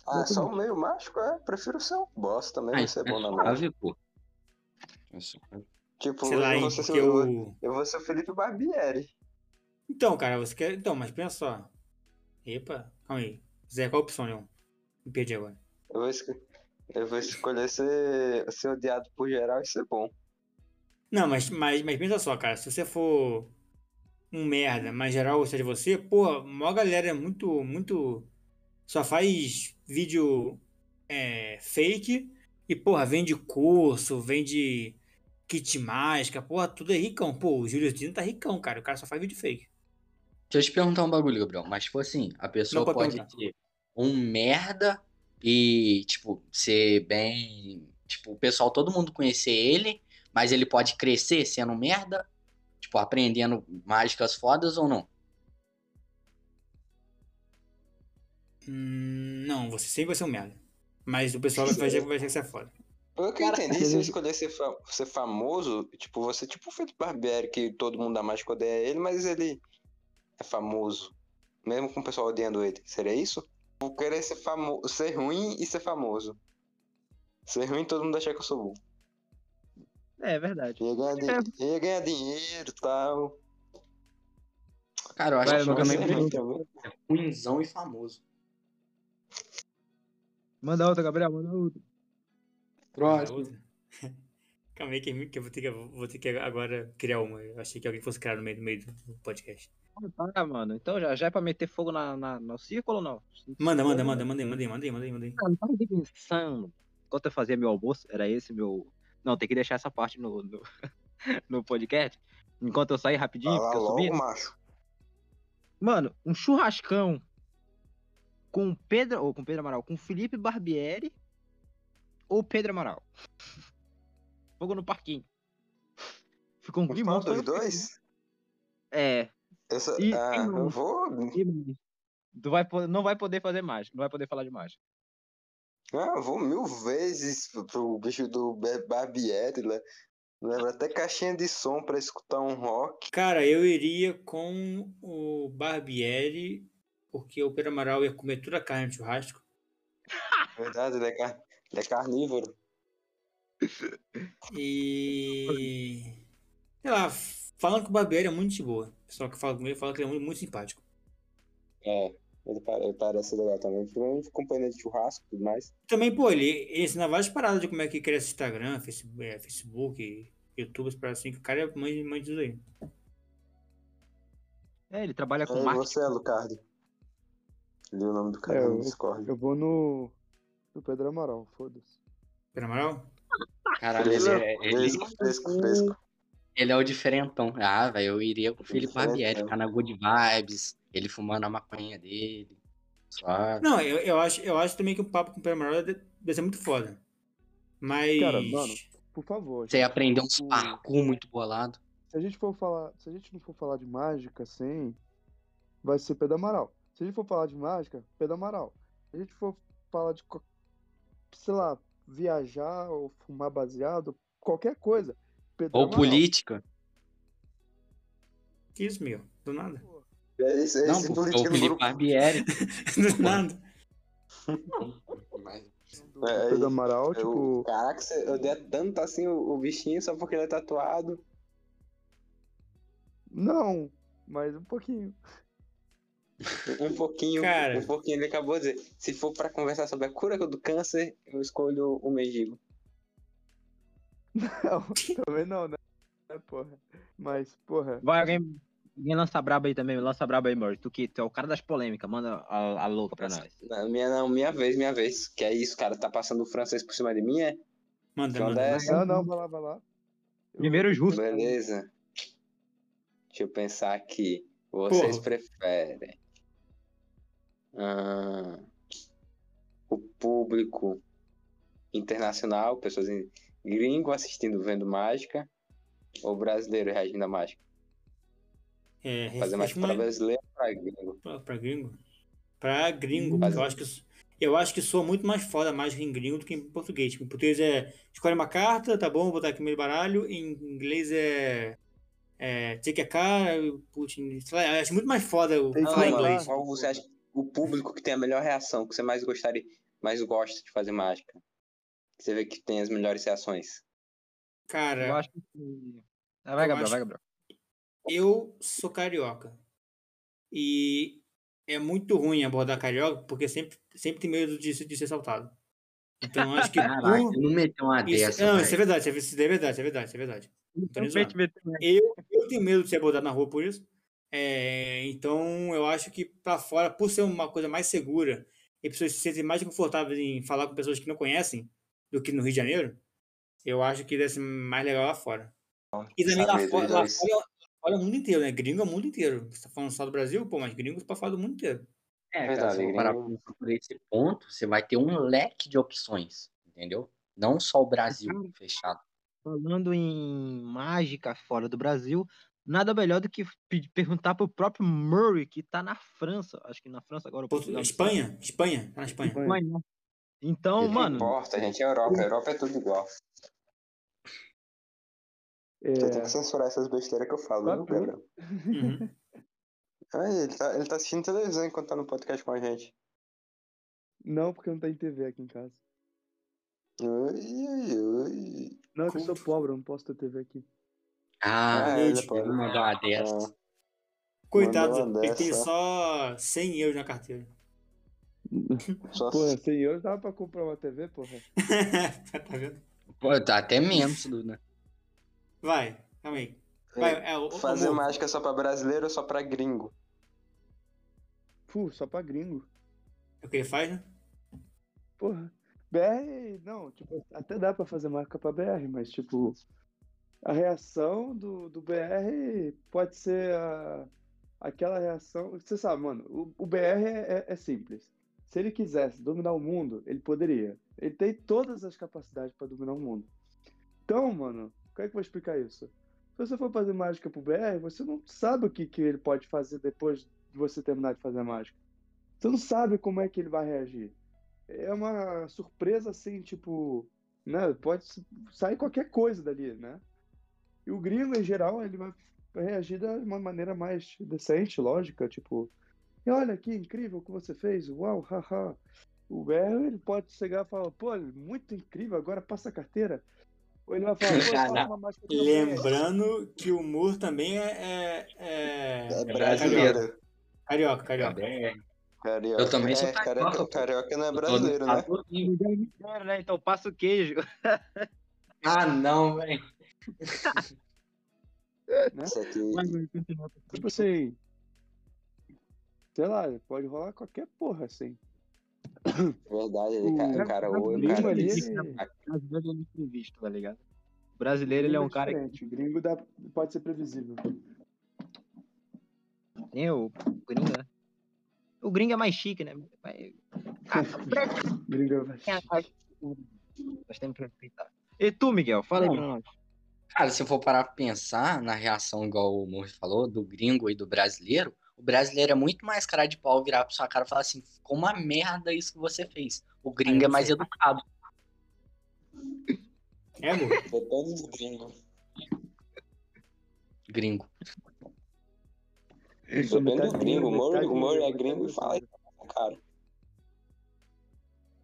Speaker 1: Uhum.
Speaker 4: Ah, só o meio mágico? É, prefiro ser um bosta mesmo, ser bom na mágica.
Speaker 5: pô. É suave.
Speaker 4: Tipo,
Speaker 1: Sei lá,
Speaker 4: eu
Speaker 1: hein,
Speaker 4: vou, ser,
Speaker 1: porque eu...
Speaker 4: eu vou ser o Felipe Barbieri.
Speaker 1: Então, cara, você quer... Então, mas pensa só. Epa, calma aí. Zé, qual a opção, Leon? Me perdi agora.
Speaker 4: Eu vou, esco- eu vou escolher ser, ser odiado por geral e ser bom.
Speaker 1: Não, mas, mas, mas pensa só, cara. Se você for um merda, mas geral gostar de você, porra, a maior galera é muito, muito... Só faz vídeo é, fake e, porra, vende curso, vende kit mágica, porra, tudo é ricão. Pô, o Júlio Dino tá ricão, cara. O cara só faz vídeo fake.
Speaker 5: Deixa eu te perguntar um bagulho, Gabriel. Mas, tipo assim, a pessoa
Speaker 1: Não, pode
Speaker 5: pode
Speaker 1: perguntar.
Speaker 5: ser um merda e, tipo, ser bem. Tipo, o pessoal, todo mundo conhecer ele, mas ele pode crescer sendo um merda, tipo, aprendendo mágicas fodas ou não?
Speaker 1: Hum, não, você sempre vai ser um merda. Mas o pessoal vai fazer vai achar que você é foda.
Speaker 4: Pelo que eu
Speaker 3: Cara,
Speaker 4: entendi, se eu
Speaker 2: ele-
Speaker 4: escolher ser, fa- ser famoso, tipo, você tipo o Felipe Barbieri, que todo mundo da mágica odeia ele, mas ele é famoso. Mesmo com o pessoal odiando ele. Seria isso? Vou querer ser famoso. Ser ruim e ser famoso. Ser ruim e todo mundo achar que eu sou bom.
Speaker 3: É verdade.
Speaker 4: Ia ganhar, di- ia ganhar dinheiro e tal.
Speaker 5: Cara, eu acho
Speaker 3: Vai,
Speaker 5: que
Speaker 3: eu
Speaker 5: eu
Speaker 3: também
Speaker 5: também
Speaker 4: Ser ruim também.
Speaker 5: ruimzão e famoso.
Speaker 3: Manda outra, Gabriel, manda outra.
Speaker 1: Ah, outra. <laughs> Calma aí que, é que eu vou ter que, vou ter que agora criar uma. Eu achei que alguém fosse criar no meio, no meio do podcast.
Speaker 3: Ah, tá, mano. Então já, já é pra meter fogo na, na- no círculo ou não?
Speaker 1: Manda, manda, manda, manda aí, manda aí, manda aí, manda aí, manda aí.
Speaker 3: Ah, não tava nem pensando. Enquanto eu fazia meu almoço, era esse meu. Não, tem que deixar essa parte no, no, <laughs> no podcast. Enquanto eu saí rapidinho,
Speaker 4: Fala
Speaker 3: porque eu subi.
Speaker 4: logo, macho.
Speaker 3: Mano, um churrascão com o Pedro. Ou com o Pedro Amaral, com o Felipe Barbieri ou Pedro Amaral. Fogo no parquinho. Ficou um
Speaker 4: Um
Speaker 3: climão.
Speaker 4: pau dos dois?
Speaker 3: É.
Speaker 4: Eu, só-
Speaker 3: E-
Speaker 4: ah,
Speaker 3: e um.
Speaker 4: eu vou.
Speaker 3: Tu vai, po- não vai poder fazer mais. Não vai poder falar de mais.
Speaker 4: Ah, eu vou mil vezes pro- pro bicho do Be- Barbieri, né? Leva até caixinha de som pra escutar um rock.
Speaker 1: Cara, eu iria com o Barbieri, porque o Pedro Amaral ia comer toda a carne no churrasco.
Speaker 4: Verdade, ele é, car... ele é carnívoro.
Speaker 1: E. Sei lá, falando que o Barbieri é muito de boa. O pessoal que fala comigo fala que ele é muito, muito simpático.
Speaker 4: É, ele, pare- ele parece legal também. Ficou de companhia um de churrasco e tudo mais.
Speaker 1: Também, pô, ele, ele ensina várias paradas de como é que cresce Instagram, Facebook, eh, Facebook YouTube, essas paradas assim, que o cara é mãe, mãe disso aí.
Speaker 3: É, ele trabalha com
Speaker 4: É,
Speaker 3: marketing.
Speaker 4: você é Lucardo. Li o nome do cara
Speaker 2: É,
Speaker 4: no
Speaker 2: eu-
Speaker 4: Discord.
Speaker 2: Eu vou no. no Pedro Amaral, foda-se.
Speaker 1: Pedro Amaral?
Speaker 5: Caralho, ele é, ele,
Speaker 4: fresco, fresco, fresco.
Speaker 5: ele é o diferentão. Ah, velho, eu iria com o Felipe Barbieri, ficar na Good Vibes, ele fumando a maconha dele. Suave.
Speaker 1: Não, eu, eu, acho, eu acho também que o papo com o Pedro Amaral deve deve ser muito foda. Mas.
Speaker 2: Cara, mano, Por favor.
Speaker 5: Você
Speaker 2: gente.
Speaker 5: ia aprender uns
Speaker 2: Tipo,
Speaker 5: parkour muito bolado.
Speaker 2: Se a gente for falar. Se a gente não for falar de mágica, assim, vai ser Pedro Amaral. Se a gente for falar de mágica, Pedro Amaral. Se a gente for falar de. co- Sei lá, viajar ou fumar baseado, qualquer coisa. Pedro
Speaker 5: Ou
Speaker 2: Amaral.
Speaker 5: política.
Speaker 1: Que isso, meu? Do nada.
Speaker 4: É esse, é
Speaker 5: Não,
Speaker 4: esse
Speaker 5: pô, ou
Speaker 4: político no
Speaker 5: Felipe
Speaker 4: grupo.
Speaker 5: Barbieri.
Speaker 1: <laughs> Do nada.
Speaker 4: É,
Speaker 2: Pedro
Speaker 4: aí,
Speaker 2: Amaral,
Speaker 4: Eu,
Speaker 2: tipo.
Speaker 4: caraca, você odeia tanto assim o, o bichinho só porque ele é tatuado.
Speaker 2: Não, mas um pouquinho. <laughs>
Speaker 4: Um pouquinho,
Speaker 1: Cara.
Speaker 4: um pouquinho, ele acabou de dizer. Se for pra conversar sobre a cura do câncer, eu escolho o mendigo.
Speaker 2: Não, também não, né? É, porra. Mas, porra.
Speaker 3: Vai, alguém, alguém lança braba aí também, lança braba aí, Mori. Tu que tu é o cara das polêmicas, manda a, a louca pra nós.
Speaker 4: Não, minha, não, minha vez, minha vez. Que é isso, cara, tá passando o francês por cima de mim, é?
Speaker 1: Manda,
Speaker 4: Então
Speaker 1: manda. manda.
Speaker 4: dá essa.
Speaker 2: Não, não, vai lá, vai lá.
Speaker 3: Primeiro os russos.
Speaker 4: Beleza. Deixa eu pensar aqui. Vocês
Speaker 1: Porra.
Speaker 4: preferem ah, o público internacional, pessoas em- gringo assistindo vendo mágica, ou brasileiro reagindo à mágica?
Speaker 1: É,
Speaker 4: Fazer mais pra
Speaker 1: recentemente-
Speaker 4: brasileiro pra gringo.
Speaker 1: Pra, pra gringo? Pra gringo,
Speaker 4: Mas-
Speaker 1: porque eu acho que eu acho que soa muito mais foda a mágica em gringo do que em português. Tipo, Em português é escolhe uma carta, tá bom, vou botar aqui no meu baralho. Em inglês é. É. Take a car, putz, em- sei lá, eu acho muito mais foda o
Speaker 2: Take
Speaker 1: falar
Speaker 2: a
Speaker 4: Não,
Speaker 2: car.
Speaker 1: inglês.
Speaker 4: mano, qual você acha que o público que tem a melhor reação, que você mais gostaria, mais gosta de fazer mágica? Que você vê que tem as melhores reações.
Speaker 1: Cara,
Speaker 3: Eu acho que. Ah, vai,
Speaker 1: É. Eu
Speaker 3: Gabriel,
Speaker 1: acho-
Speaker 3: vai, Gabriel.
Speaker 1: Eu sou carioca. E é muito ruim abordar carioca, porque sempre, sempre tem medo de, se- de ser saltado. Então eu acho que.
Speaker 5: <laughs> Caraca,
Speaker 1: por-
Speaker 5: não meteu uma
Speaker 1: isso,
Speaker 5: dessa, né?
Speaker 1: não,
Speaker 5: velho.
Speaker 1: isso é verdade, isso é ver- isso é verdade, isso é verdade, isso é verdade. tô nem
Speaker 3: Realmente meteu uma-
Speaker 1: Eu, eu tenho medo de ser abordado na rua por isso. É, então eu acho que pra fora, por ser uma coisa mais segura, e pessoas se sentem mais confortáveis em falar com pessoas que não conhecem do que no Rio de Janeiro, eu acho que deve ser mais legal lá fora. E também lá
Speaker 4: saber
Speaker 1: fora,
Speaker 4: dos
Speaker 1: lá
Speaker 4: dois.
Speaker 1: fora, lá fora é o mundo inteiro, né? Gringo é o mundo inteiro. Você tá falando só do Brasil? Pô, mas gringos pra fora do mundo inteiro.
Speaker 5: É,
Speaker 4: Verdade,
Speaker 5: cara, se for
Speaker 4: gringo.
Speaker 5: parar pra pensar por esse ponto, você vai ter um leque de opções, entendeu? Não só o Brasil fechado.
Speaker 3: Falando em mágica fora do Brasil, nada melhor do que pe- perguntar pro próprio Murray, que tá na França. Acho que na França agora. ou
Speaker 1: Portu-
Speaker 3: Portugal, não sei.
Speaker 1: Espanha? Espanha? Tá na Espanha.
Speaker 3: Espanha, né? Então,
Speaker 4: Não
Speaker 3: mano,
Speaker 4: importa, gente, é Europa. Europa é tudo igual.
Speaker 2: É.
Speaker 4: Eu tenho que censurar essas besteiras que eu falo,
Speaker 2: Tá
Speaker 4: viu,
Speaker 2: tudo.
Speaker 4: Gabriel?
Speaker 1: Uhum.
Speaker 4: Ah, ele, tá, ele tá assistindo televisão enquanto tá no podcast com a gente.
Speaker 2: Não, porque não tem TV aqui em casa.
Speaker 4: Ui, ui, ui.
Speaker 2: Não, é que eu sou pobre, eu não posso ter TV aqui.
Speaker 5: Ah,
Speaker 4: Ah, ele
Speaker 1: gente,
Speaker 4: pode-
Speaker 5: vou mandar uma dessa.
Speaker 4: Ah,
Speaker 1: Coitado,
Speaker 4: Mandou uma
Speaker 1: ele tem
Speaker 4: dessa.
Speaker 1: só 100 euros na carteira.
Speaker 4: só
Speaker 2: Porra, senhor, dava pra comprar uma TV, porra?
Speaker 1: <laughs> tá vendo?
Speaker 5: Pô, tá até menos, né?
Speaker 1: Vai, calma aí.
Speaker 4: É,
Speaker 1: Vai, é, o, o-
Speaker 4: fazer
Speaker 1: amor,
Speaker 4: mágica só pra brasileiro ou só pra gringo?
Speaker 2: Pô, só pra gringo.
Speaker 1: é o que ele faz, né?
Speaker 2: Porra. BR, não, tipo, até dá pra fazer marca pra BR, mas, tipo, a reação do, do BR pode ser a, aquela reação. Você sabe, mano, o, o BR é, é- é simples. Se ele quisesse dominar o mundo, ele poderia. Ele tem todas as capacidades pra dominar o mundo. Então, mano, como é que eu vou explicar isso? Se você for fazer mágica pro BR, você não sabe o que, que ele pode fazer depois de você terminar de fazer a mágica. Você não sabe como é que ele vai reagir. É uma surpresa assim, tipo, né? Pode s- sair qualquer coisa dali, né? E o gringo, em geral, ele vai reagir de uma maneira mais decente, lógica, tipo, "E olha que incrível o que você fez, uau, haha. O BR, ele pode chegar e falar, pô, muito incrível, agora passa a carteira. Ou ele vai falar, pô, faça uma mágica também.
Speaker 1: Lembrando que o humor também é. É, é-
Speaker 4: É
Speaker 1: Carioca,
Speaker 4: brasileiro.
Speaker 1: carioca. carioca.
Speaker 4: Carioca.
Speaker 5: Eu também sou
Speaker 4: é,
Speaker 5: carioca,
Speaker 4: carioca,
Speaker 5: pô.
Speaker 4: carioca não é brasileiro, né?
Speaker 3: né? Então passa o <laughs> queijo.
Speaker 5: Ah, não, velho.
Speaker 4: Isso aqui.
Speaker 3: Mas, mas, continua.
Speaker 2: Tipo assim. Sei lá, pode rolar qualquer porra, assim.
Speaker 4: Verdade, ele, cara,
Speaker 2: O-
Speaker 4: o cara,
Speaker 3: o
Speaker 4: o
Speaker 2: gringo
Speaker 4: cara
Speaker 2: ali,
Speaker 4: desse-
Speaker 2: ele-
Speaker 3: Brasileiro é imprevisto, tá ligado? O brasileiro ele é um cara que
Speaker 2: diferente, O gringo dá- pode ser previsível.
Speaker 3: tem o gringo, né? O gringo é mais chique, né? Mas- Cara,
Speaker 2: Gringo é um vai.
Speaker 3: É. nós temos que respeitar. E tu, Miguel, fala aí pra nós.
Speaker 5: Cara, se eu for parar pra pensar na reação, igual o Morri falou, do gringo e do brasileiro, o brasileiro é muito mais cara de pau virar pra sua cara e falar assim, ficou uma merda isso que você fez. O
Speaker 1: Aí
Speaker 5: gringo
Speaker 1: você-
Speaker 5: é mais educado.
Speaker 1: É, amor.
Speaker 4: Depende do gringo.
Speaker 5: Gringo.
Speaker 4: Depende do gringo. O Moro, o Moro é gringo e fala isso com o cara.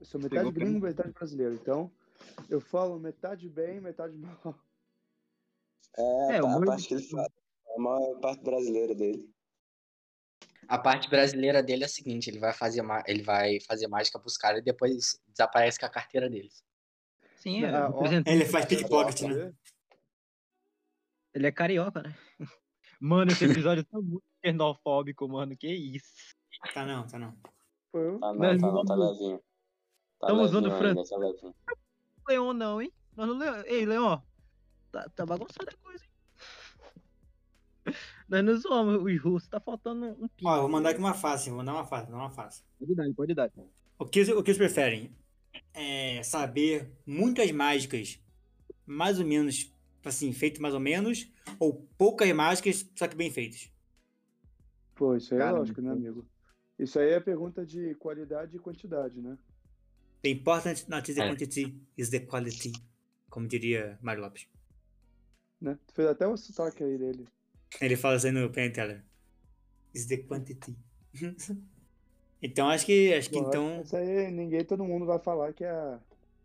Speaker 2: Eu sou metade
Speaker 3: Pegou pra
Speaker 2: gringo, metade brasileiro. Então, eu falo metade bem, metade mal.
Speaker 4: É,
Speaker 3: É, o
Speaker 4: a
Speaker 3: Moro-
Speaker 4: parte que ele fala. É a maior parte brasileira dele.
Speaker 5: A parte brasileira dele é a seguinte, ele vai fazer, ma- ele vai fazer mágica pros caras e depois desaparece com a carteira deles.
Speaker 3: Sim, é,
Speaker 2: Ah, ó.
Speaker 3: representante.
Speaker 1: Ele faz pickpocket, né?
Speaker 3: Ele é carioca, né? <laughs> Mano, esse episódio tá muito xenofóbico, mano. Que isso.
Speaker 1: Tá não, tá não.
Speaker 2: Foi um- eu.
Speaker 4: Tá não,
Speaker 3: Nós
Speaker 4: tá não, tá
Speaker 3: usamos-
Speaker 4: levinho. Tá
Speaker 3: Tamo usando
Speaker 4: levinho ainda, tá levinho.
Speaker 3: Leon não, hein? Nós não le... Ei, Leon. Tá, tá bagunçada a coisa, hein? Nós não zoamos os russos. Tá faltando um pico.
Speaker 1: Ó, eu vou mandar aqui uma fácil, vou mandar uma fácil, vou mandar uma fácil.
Speaker 3: Pode dar, pode dar.
Speaker 1: O que, o que vocês preferem? É saber muitas mágicas, mais ou menos, assim, feito mais ou menos, ou poucas mágicas, só que bem feitas?
Speaker 2: Pô, isso aí é
Speaker 3: Cara,
Speaker 2: lógico, né, amigo? Isso aí é pergunta de qualidade e quantidade, né?
Speaker 1: The important not is the
Speaker 5: É.
Speaker 1: quantity, is the quality. Como diria Mário Lopes.
Speaker 2: né? Tu fez até um sotaque aí dele.
Speaker 1: Ele fala assim no Penn Teller. Is the quantity. <laughs> então acho que. Acho que
Speaker 2: Lógico,
Speaker 1: então.
Speaker 2: Isso aí ninguém, todo mundo vai falar que a,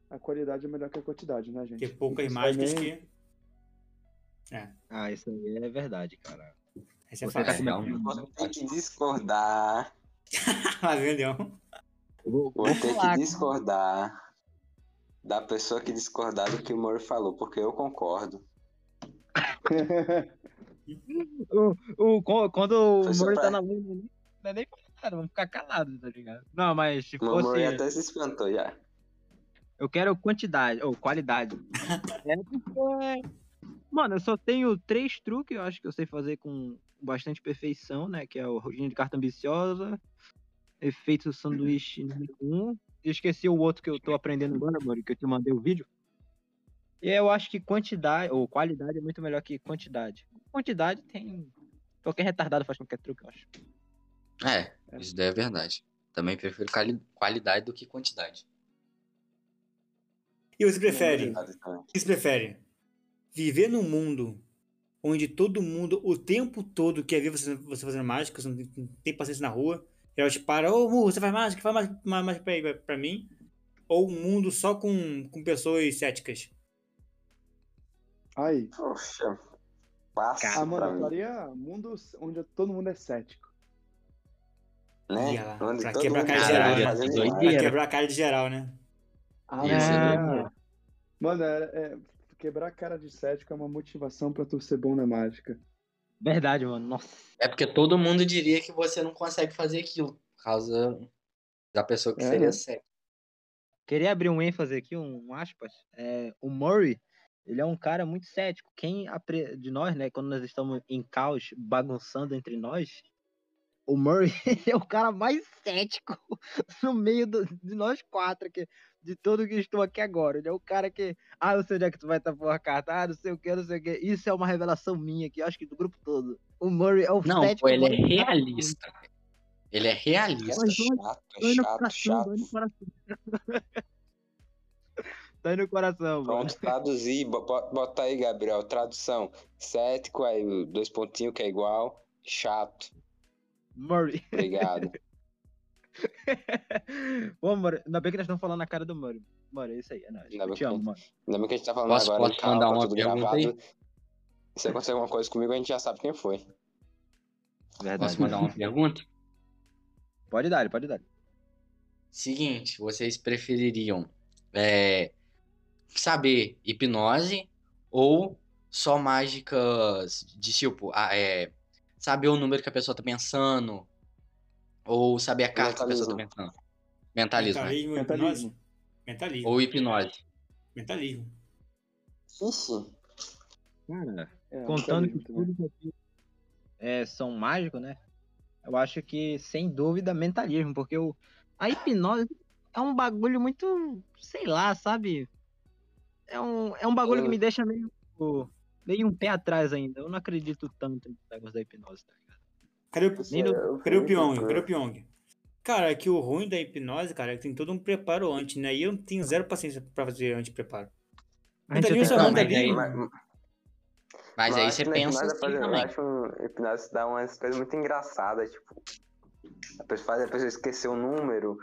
Speaker 2: a qualidade é melhor que a quantidade, né, gente?
Speaker 1: Ter é poucas
Speaker 2: Isso
Speaker 1: mágicas
Speaker 2: também-
Speaker 1: que.
Speaker 3: Ah, isso aí é verdade, cara.
Speaker 1: Essa é
Speaker 3: Você tá
Speaker 1: fácil.
Speaker 5: então,
Speaker 3: com-
Speaker 4: Vou ter que discordar.
Speaker 1: <laughs> Mas Ah, vendeu.
Speaker 3: Eu vou,
Speaker 4: Vou
Speaker 3: vou
Speaker 4: ter
Speaker 3: falar,
Speaker 4: que discordar da pessoa que discordar do que o Moro falou, porque eu concordo.
Speaker 3: O, o- quando o Moro
Speaker 4: Foi
Speaker 3: tá
Speaker 4: surpresa.
Speaker 3: na lua, não é nem pra nada, vamos ficar calados, tá ligado? Não, mas se
Speaker 4: O meu
Speaker 3: fosse.
Speaker 4: Moro até se espantou já.
Speaker 3: Eu quero quantidade, ou qualidade. é porque. Mano, eu só tenho três truques, eu acho que eu sei fazer com bastante perfeição, né? Que é o rodinho de carta ambiciosa, efeito sanduíche número 1. E esqueci o outro que eu tô aprendendo agora, mano, que eu te mandei o vídeo. E eu acho que quantidade, ou qualidade, é muito melhor que quantidade. Quantidade tem. Qualquer retardado faz qualquer truque, eu acho.
Speaker 5: É, isso daí é verdade. Também prefiro quali- qualidade do que quantidade.
Speaker 1: E vocês preferem?
Speaker 4: Obrigado também.
Speaker 1: Vocês preferem? Viver num mundo onde todo mundo, o tempo todo, quer ver você, você fazendo mágica, você não tem- não tem paciência na rua, e ela te para, ô Mu, você faz mágica, faz mágica, má- mágica pra, aí, pra- pra mim. Ou um mundo só com, com pessoas céticas.
Speaker 2: <laughs> Aí.
Speaker 4: Poxa, passa
Speaker 2: Ah, mano,
Speaker 4: pra
Speaker 2: eu
Speaker 4: mim,
Speaker 2: faria mundo onde todo mundo é cético.
Speaker 4: né?
Speaker 1: Ia lá,
Speaker 4: Onde
Speaker 1: pra
Speaker 4: todo
Speaker 1: quebrar a
Speaker 4: mundo
Speaker 1: cara
Speaker 4: tá
Speaker 1: geral, né?
Speaker 4: fazendo
Speaker 5: Doideira.
Speaker 4: mágica.
Speaker 1: Pra quebrar a cara de geral, né?
Speaker 2: Ah,
Speaker 5: Ia ser
Speaker 2: mano,
Speaker 3: doido.
Speaker 2: é- mano, é- é- quebrar a cara de cético é uma motivação pra tu ser bom na mágica.
Speaker 3: Verdade, mano. Nossa.
Speaker 5: É porque todo mundo diria que você não consegue fazer aquilo, por causa da pessoa que
Speaker 2: É,
Speaker 5: seria
Speaker 2: né?
Speaker 5: cética.
Speaker 3: queria abrir um ênfase aqui, um, um aspas. É, o Murray, ele é um cara muito cético. Quem apre- de nós, né, quando nós estamos em caos, bagunçando entre nós, o Murray <laughs> ele é o cara mais cético <laughs> no meio do- de nós quatro aqui, de todo que estou aqui agora. Ele é o cara que, ah, eu sei onde é que tu vai tapar a carta, ah, não sei o que, não sei o que. Isso é uma revelação minha aqui, acho que do grupo todo. O Murray é o
Speaker 5: Não,
Speaker 3: cético.
Speaker 5: pô, ele é
Speaker 3: mais cético.
Speaker 5: realista. Ele é realista.
Speaker 3: Mas olha-
Speaker 4: Chato,
Speaker 3: Dói no
Speaker 4: chato,
Speaker 3: Tá coração,
Speaker 4: chato.
Speaker 3: dói no coração. <laughs> dói no coração, mano.
Speaker 4: Pronto, traduzir, bo- bo- bota aí, Gabriel, tradução. Cético, aí o dois pontinhos que é igual, chato,
Speaker 3: Murray. <laughs>
Speaker 4: obrigado.
Speaker 3: Ô, Mori, ainda bem que nós estamos falando na cara do Mori. Mori, é isso aí, é nóis.
Speaker 4: Ainda
Speaker 3: Eu
Speaker 4: bem
Speaker 3: te amo,
Speaker 4: que-
Speaker 3: mano.
Speaker 4: Ainda bem que a gente tá falando
Speaker 5: Posso-
Speaker 4: agora
Speaker 5: posso
Speaker 4: em calma,
Speaker 5: mandar
Speaker 4: tá
Speaker 5: uma
Speaker 4: tudo
Speaker 5: pergunta aí?
Speaker 4: gravado. Se acontecer alguma coisa comigo, a gente já sabe quem foi.
Speaker 5: Posso mandar um? uma pergunta?
Speaker 3: Pode dar, pode dar.
Speaker 5: Seguinte, vocês prefeririam é, saber hipnose ou só mágicas de tipo, ah, é, saber o número que a pessoa tá pensando ou saber a carta que a pessoa tá pensando? Mentalismo, né?
Speaker 1: Mentalismo,
Speaker 2: Mentalismo.
Speaker 1: hipnose. Mentalismo.
Speaker 5: Ou hipnose.
Speaker 1: Mentalismo.
Speaker 4: Ixi,
Speaker 3: Cara,
Speaker 2: É,
Speaker 3: contando
Speaker 2: mentalismo
Speaker 3: que
Speaker 2: também.
Speaker 3: tudo isso aqui é, são mágicos, né? Eu acho que, sem dúvida, mentalismo, porque o... a hipnose é um bagulho muito, sei lá, sabe? É um, é um bagulho que me deixa meio, meio um pé atrás ainda. Eu não acredito tanto no negócio da hipnose, tá ligado?
Speaker 1: Cadê o,
Speaker 4: é
Speaker 3: Nem no-
Speaker 1: cadê o Pyong? Cadê o Pyong? Cara, é que o ruim da hipnose, cara, é que tem todo um preparo antes, né? E eu não tenho zero paciência pra fazer antes-preparo. Mentalismo
Speaker 3: Gente, eu
Speaker 1: só
Speaker 3: tenho-
Speaker 5: Não,
Speaker 1: manda
Speaker 5: mas
Speaker 1: ali.
Speaker 5: aí,
Speaker 4: Mas-
Speaker 5: mas
Speaker 4: mas
Speaker 5: aí
Speaker 4: acho
Speaker 5: você
Speaker 4: que na
Speaker 5: pensa
Speaker 4: hipnose,
Speaker 5: assim
Speaker 4: eu
Speaker 5: também.
Speaker 4: acho um- hipnose dá umas coisas muito engraçadas, tipo. A pessoa faz a pessoa esquecer o número,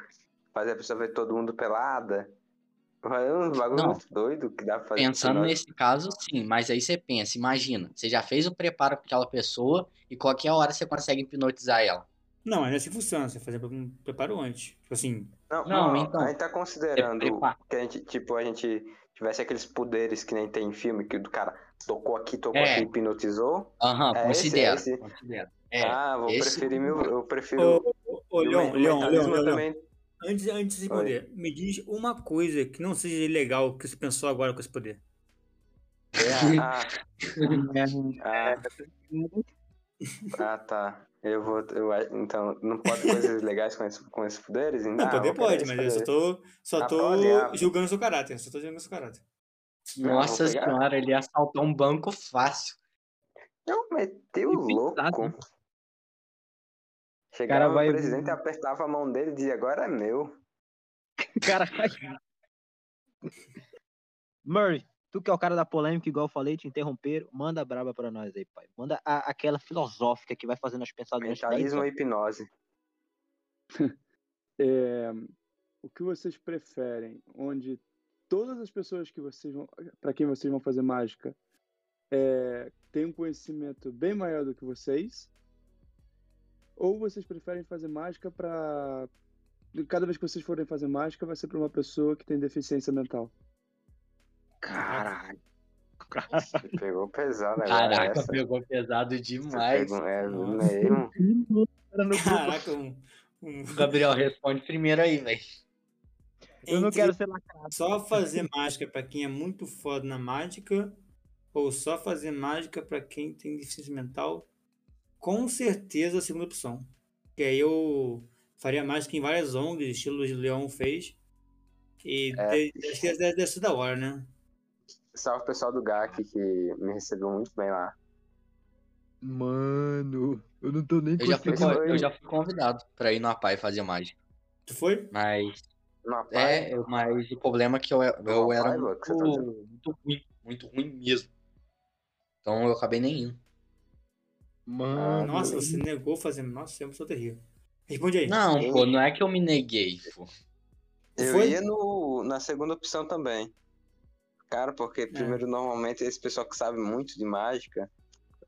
Speaker 4: faz a pessoa ver todo mundo pelada. É um bagulho
Speaker 5: Não.
Speaker 4: muito doido que dá pra fazer. com
Speaker 5: Pensando
Speaker 4: hipnose.
Speaker 5: nesse caso, sim, mas aí você pensa, imagina, você já fez o preparo para aquela pessoa e qualquer hora você consegue hipnotizar ela.
Speaker 1: Não, mas não é assim que funciona. Você fazer um preparo antes. Tipo assim,
Speaker 4: Não,
Speaker 5: Não,
Speaker 4: não,
Speaker 5: então,
Speaker 4: a gente tá considerando
Speaker 5: é preparo.
Speaker 4: que a gente, tipo, a gente tivesse aqueles poderes que nem tem em filme, que o cara tocou aqui, tocou
Speaker 5: É.
Speaker 4: aqui, hipnotizou.
Speaker 5: Aham,
Speaker 4: É esse,
Speaker 5: considera.
Speaker 4: é esse.
Speaker 5: considera. É,
Speaker 4: ah, vou
Speaker 5: esse-
Speaker 4: preferir meu. Eu prefiro.
Speaker 1: ô, ô, ô,
Speaker 4: e o
Speaker 1: Leon,
Speaker 4: men-
Speaker 1: Leon, Leon,
Speaker 4: mentalismo
Speaker 1: Leon, Leon.
Speaker 4: também.
Speaker 1: Antes, antes de
Speaker 4: Oi.
Speaker 1: responder, me diz uma coisa que não seja ilegal que você pensou agora com esse poder.
Speaker 4: É, ah,
Speaker 3: É,
Speaker 4: ah, ah, tá. Eu vou. Eu, a- então, não pode coisas legais com, esse, com esses poderes?
Speaker 1: Não, poder
Speaker 4: eu vou pegar
Speaker 1: pode,
Speaker 4: esse
Speaker 1: mas eu só
Speaker 4: poder.
Speaker 1: tô, só
Speaker 4: Ah,
Speaker 1: tô
Speaker 4: pode, ah.
Speaker 1: julgando seu caráter. Só tô julgando seu caráter.
Speaker 4: <laughs> Não,
Speaker 5: Nossa
Speaker 4: vou pegar.
Speaker 5: senhora, ele ia assaltar um banco fácil.
Speaker 4: É Eu meti o
Speaker 5: né?
Speaker 3: E pensar,
Speaker 4: louco.
Speaker 3: né?
Speaker 4: Chegava
Speaker 3: vai-
Speaker 4: o um presidente, apertava a mão dele e dizia, agora é meu.
Speaker 3: Caralho. Murray, tu que é o cara da polêmica, igual eu falei, te interromperam, manda a braba pra nós aí, pai. Manda a- aquela filosófica que vai fazer nós pensar durante dez
Speaker 4: Mentalismo
Speaker 3: anos.
Speaker 4: e hipnose.
Speaker 2: É, o que vocês preferem? Onde todas as pessoas que vocês vão, para quem vocês vão fazer mágica, é, têm um conhecimento bem maior do que vocês? Ou vocês preferem fazer mágica para cada vez que vocês forem fazer mágica vai ser para uma pessoa que tem deficiência mental?
Speaker 4: Caralho, você pegou pesado agora
Speaker 5: Caraca,
Speaker 4: essa.
Speaker 5: pegou pesado
Speaker 4: Você
Speaker 5: demais.
Speaker 4: pegou- É mesmo.
Speaker 1: Caraca, um, um-
Speaker 5: O Gabriel responde primeiro aí, velho.
Speaker 3: Eu não
Speaker 1: entre
Speaker 3: quero ser lacrado.
Speaker 1: Só fazer mágica pra quem é muito foda na mágica ou só fazer mágica pra quem tem deficiência mental? Com certeza a segunda opção. Que aí eu faria mágica em várias ONGs, estilo o Leon fez. E
Speaker 4: É.
Speaker 1: de- acho que deve deve ser da hora, né?
Speaker 4: Salve pessoal do GAC que me recebeu muito bem lá.
Speaker 3: Mano, eu não tô nem
Speaker 5: Eu já, fui,
Speaker 4: Esse
Speaker 5: con-
Speaker 4: foi-
Speaker 5: eu já fui convidado pra ir no APAI fazer mágica.
Speaker 1: Tu foi?
Speaker 5: Mas,
Speaker 4: Numa
Speaker 5: é,
Speaker 4: parte,
Speaker 5: eu- mas o problema é que eu, eu
Speaker 4: Uma
Speaker 5: era
Speaker 4: paiva que você tá
Speaker 5: muito, muito ruim, muito ruim mesmo. Então eu acabei nem indo.
Speaker 3: Mano.
Speaker 1: Nossa, você negou fazer. Nossa, eu sou terrível. Responde aí.
Speaker 5: Não,
Speaker 4: Eu-
Speaker 5: pô, não é que eu me neguei, pô.
Speaker 4: Eu
Speaker 1: Foi?
Speaker 4: ia no, na segunda opção também. Cara, porque primeiro, normalmente, esse pessoal que sabe muito de mágica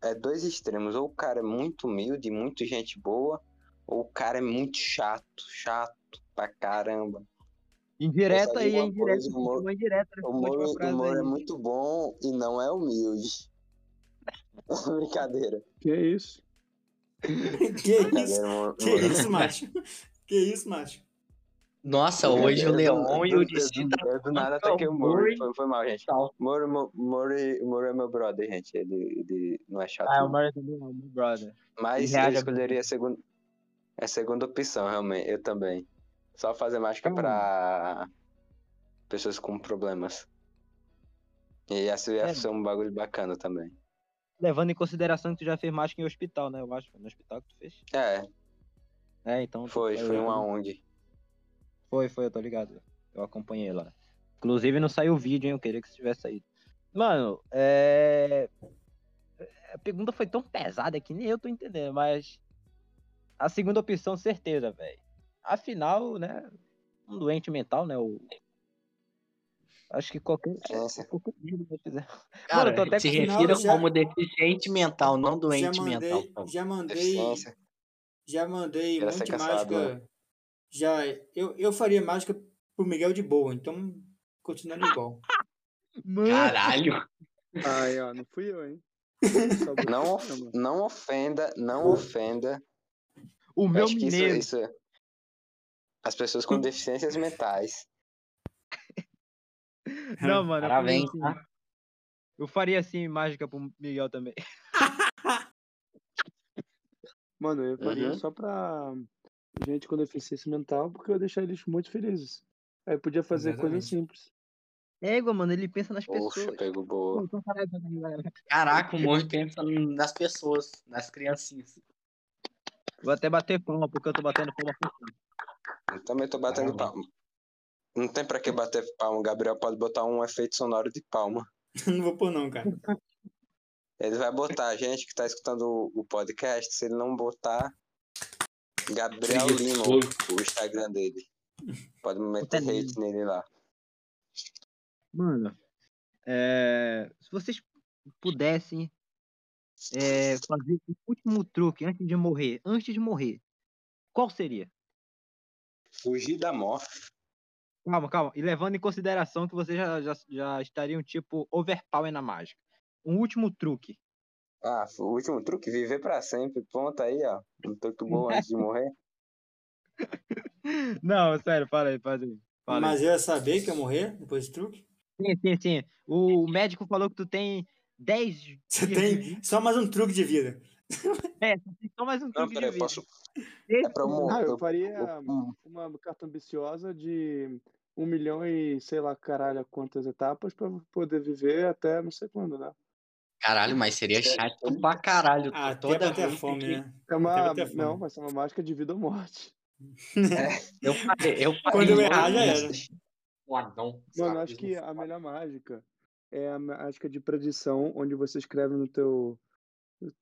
Speaker 4: é dois extremos. Ou o cara é muito humilde, muito gente boa, ou o cara é muito chato, chato pra caramba.
Speaker 3: Indireta aí,
Speaker 4: Consegue
Speaker 3: é
Speaker 4: uma
Speaker 3: indireta.
Speaker 4: coisa, humor-
Speaker 3: Uma indireta nessa
Speaker 4: O
Speaker 3: última
Speaker 4: Moro, o
Speaker 3: frase
Speaker 4: Moro é
Speaker 3: aí.
Speaker 4: muito bom e não é humilde. <laughs> Brincadeira.
Speaker 2: Que é isso?
Speaker 1: <laughs> Que isso?
Speaker 4: Brincadeira, é Moro.
Speaker 1: Que isso, macho? Que isso, macho?
Speaker 5: Nossa, Então, hoje o Leon e o Dici
Speaker 4: Dici
Speaker 5: tá
Speaker 4: Do nada
Speaker 5: tão
Speaker 4: ataquei o Moro.
Speaker 5: ruim.
Speaker 4: Foi, foi mal, gente.
Speaker 5: Tchau.
Speaker 4: Moro, Mo- Moro, Moro é meu brother, gente. Ele, ele não é chato.
Speaker 3: Ah, o
Speaker 4: não.
Speaker 3: Murray também não, meu brother.
Speaker 4: Mas
Speaker 3: Ele
Speaker 4: eu
Speaker 3: reage a-
Speaker 4: escolheria a segunda, a segunda opção, realmente. Eu também. Só fazer mágica
Speaker 3: Então
Speaker 4: pra pessoas com problemas. E essa ia
Speaker 3: É.
Speaker 4: ser um bagulho bacana também.
Speaker 3: Levando em consideração que tu já fez mágica em hospital, né? Eu acho, foi no hospital que tu fez.
Speaker 4: É,
Speaker 3: É, então. tu-
Speaker 4: foi,
Speaker 3: eu-
Speaker 4: foi uma ONG.
Speaker 3: Foi, foi, eu tô ligado. Eu acompanhei lá. Inclusive não saiu o vídeo, hein? Eu queria que tivesse saído. Mano, é. A pergunta foi tão pesada que nem eu tô entendendo, mas. A segunda opção, certeza, velho. Afinal, né? Um doente mental, né? O... Acho que qualquer.
Speaker 4: Essa.
Speaker 3: qualquer vídeo que eu fizer. Mano,
Speaker 5: Cara,
Speaker 3: eu tô até
Speaker 5: se
Speaker 3: com-
Speaker 1: Não,
Speaker 5: refira
Speaker 1: já- é
Speaker 5: como deficiente mental, não doente
Speaker 1: já
Speaker 5: mental.
Speaker 1: mandei, já mandei,
Speaker 4: Deficiência.
Speaker 1: já mandei um
Speaker 4: Era ser
Speaker 1: monte de
Speaker 4: cancelado,
Speaker 1: mágica. Já, eu, eu faria mágica pro Miguel de boa, então continuando igual. <laughs>
Speaker 3: Mano,
Speaker 5: Caralho.
Speaker 2: Ai, ó, não fui eu, hein?
Speaker 1: <laughs>
Speaker 2: Só vou-
Speaker 4: Não, of- não ofenda, não ofenda.
Speaker 3: o
Speaker 4: Eu
Speaker 3: meu
Speaker 4: acho que isso,
Speaker 3: mineiro. Hum.
Speaker 4: isso- é As pessoas com deficiências mentais.
Speaker 3: Não, mano, eu faria,
Speaker 5: Parabéns,
Speaker 3: assim,
Speaker 5: tá?
Speaker 3: eu faria assim mágica pro Miguel também.
Speaker 2: Mano, eu faria
Speaker 4: Uhum.
Speaker 2: só pra gente com deficiência mental, porque eu ia deixar eles muito felizes. Aí eu podia fazer coisas
Speaker 1: Exatamente.
Speaker 2: simples.
Speaker 3: Égua, mano, ele pensa nas
Speaker 4: Poxa,
Speaker 3: pessoas.
Speaker 4: pegou boa.
Speaker 3: Pô, então caralho, galera.
Speaker 5: Caraca, o Morro pensa nas pessoas, nas criancinhas.
Speaker 3: Vou até bater palma, porque eu tô batendo palma.
Speaker 4: Eu também tô batendo
Speaker 5: Caramba.
Speaker 4: palma. Não tem pra que bater palma. O Gabriel pode botar um efeito sonoro de palma.
Speaker 1: Não vou pôr não, cara.
Speaker 4: Ele vai botar a gente que tá escutando o- o podcast. Se ele não botar, Gabriel Lima, o Instagram dele. Pode meter
Speaker 3: Puta
Speaker 4: hate nele lá.
Speaker 3: Mano, é, se vocês pudessem é, fazer o último truque antes de morrer, antes de morrer, qual seria?
Speaker 4: Fugir da morte.
Speaker 3: Calma, calma. E levando em consideração que vocês já, já, já estariam, tipo, overpower na mágica. Um último truque.
Speaker 4: Ah, o último truque, viver pra sempre. Ponto aí, ó. Um truque bom antes de morrer.
Speaker 3: Não, sério, fala aí, fala aí. Fala aí.
Speaker 1: Mas eu ia saber que ia morrer depois desse truque. <laughs>
Speaker 3: Sim, sim, sim. O médico falou que tu tem 10 dias.
Speaker 1: Você
Speaker 3: de
Speaker 1: tem só mais um truque de vida.
Speaker 3: vida. Só mais um
Speaker 4: <laughs> Não,
Speaker 3: truque de
Speaker 4: peraí,
Speaker 3: vida.
Speaker 4: posso.
Speaker 3: Esse-
Speaker 4: É pra eu morrer.
Speaker 2: Ah, eu um.
Speaker 4: Eu,
Speaker 2: faria
Speaker 4: eu-
Speaker 2: uma carta ambiciosa de um milhão e sei lá caralho quantas etapas pra poder viver até não sei quando, né?
Speaker 5: Caralho, mas seria chato pra caralho.
Speaker 1: Até
Speaker 5: É toda
Speaker 1: bater
Speaker 5: vez
Speaker 1: a fome,
Speaker 5: que...
Speaker 1: né?
Speaker 2: É uma,
Speaker 1: Até bater
Speaker 2: não,
Speaker 1: fome.
Speaker 2: mas é uma mágica de vida ou morte.
Speaker 5: Eu parei, eu parei
Speaker 1: Quando eu
Speaker 5: logo
Speaker 1: errar, já
Speaker 5: nisso.
Speaker 1: era.
Speaker 5: Um anão,
Speaker 2: Mano,
Speaker 5: sabe?
Speaker 2: eu acho que a melhor mágica é a mágica de predição, onde você escreve no teu.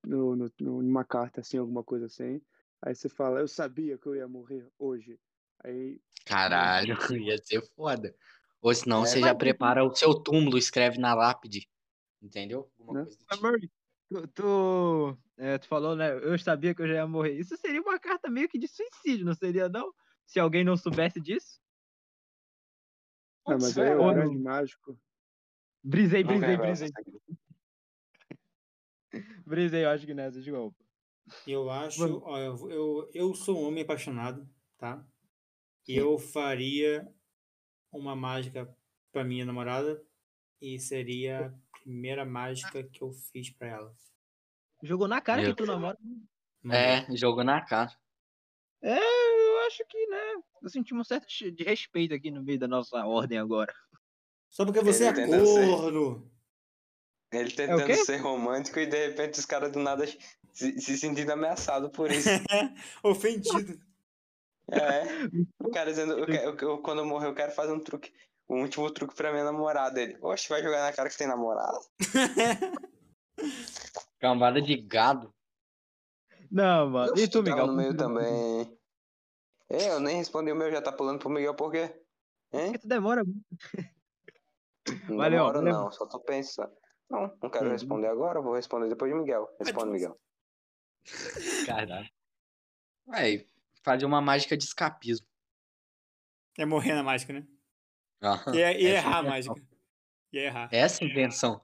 Speaker 2: No, no- no- numa carta, assim, alguma coisa assim. Aí você fala, eu sabia que eu ia morrer hoje. Aí.
Speaker 5: Caralho, <laughs> ia ser foda. Ou senão
Speaker 4: É,
Speaker 5: você já prepara o seu túmulo, escreve na lápide. Entendeu? Alguma
Speaker 2: Né?
Speaker 5: coisa do
Speaker 3: Mas,
Speaker 5: tipo.
Speaker 3: Murray, tu, tu, é, tu falou, né? Eu sabia que eu já ia morrer. Isso seria uma carta meio que de suicídio, não seria, não? Se alguém não soubesse disso.
Speaker 2: Ah, mas aí é
Speaker 3: ou
Speaker 2: o
Speaker 5: né?
Speaker 3: não.
Speaker 2: grande mágico.
Speaker 3: Brisei,
Speaker 4: Não,
Speaker 3: brisei,
Speaker 4: cara,
Speaker 3: brisei. Brisei, eu acho que é nessa, desculpa.
Speaker 1: Eu acho,
Speaker 3: Vamos.
Speaker 1: ó, eu, vou- eu, eu sou um homem apaixonado, tá? E eu faria uma mágica pra minha namorada e seria a primeira mágica que eu fiz pra ela.
Speaker 3: Jogou na cara
Speaker 5: Meu
Speaker 3: que tu namora.
Speaker 5: É, jogou na cara.
Speaker 3: É, eu acho que, né? Eu senti um certo che- de respeito aqui no meio da nossa ordem agora.
Speaker 1: Só porque você é
Speaker 4: Ele tenta ser.
Speaker 1: corno!
Speaker 4: Ele tentando
Speaker 3: quê?
Speaker 4: ser romântico e de repente os caras do nada se, se sentindo ameaçado <laughs> por isso.
Speaker 1: Ofendido.
Speaker 4: É. <laughs> O cara dizendo, eu, quero- eu- eu- quando eu morrer, eu quero fazer um truque. Um último truque pra minha namorada. Ele, oxe, vai jogar na cara que você tem namorada?
Speaker 5: Cambada de gado.
Speaker 3: Não, mano. E
Speaker 4: Oxe,
Speaker 3: tu,
Speaker 4: tava
Speaker 3: Miguel?
Speaker 4: tá no meio também. É, Eu nem respondi o meu, já tá pulando pro Miguel, por quê? Hein?
Speaker 3: Porque É tu demora muito.
Speaker 4: Não
Speaker 3: Valeu,
Speaker 4: demora,
Speaker 3: valeu.
Speaker 4: não, só tô pensando. Não, não quero
Speaker 3: Hum.
Speaker 4: responder agora, vou responder depois de Miguel. Responde, Miguel.
Speaker 5: Caralho. Vai, fazer uma mágica de escapismo.
Speaker 1: É morrer na mágica, né?
Speaker 5: Aham,
Speaker 1: E, é- e
Speaker 5: essa
Speaker 1: errar a
Speaker 5: intenção.
Speaker 1: mágica. E é errar.
Speaker 4: É.
Speaker 5: Essa intenção.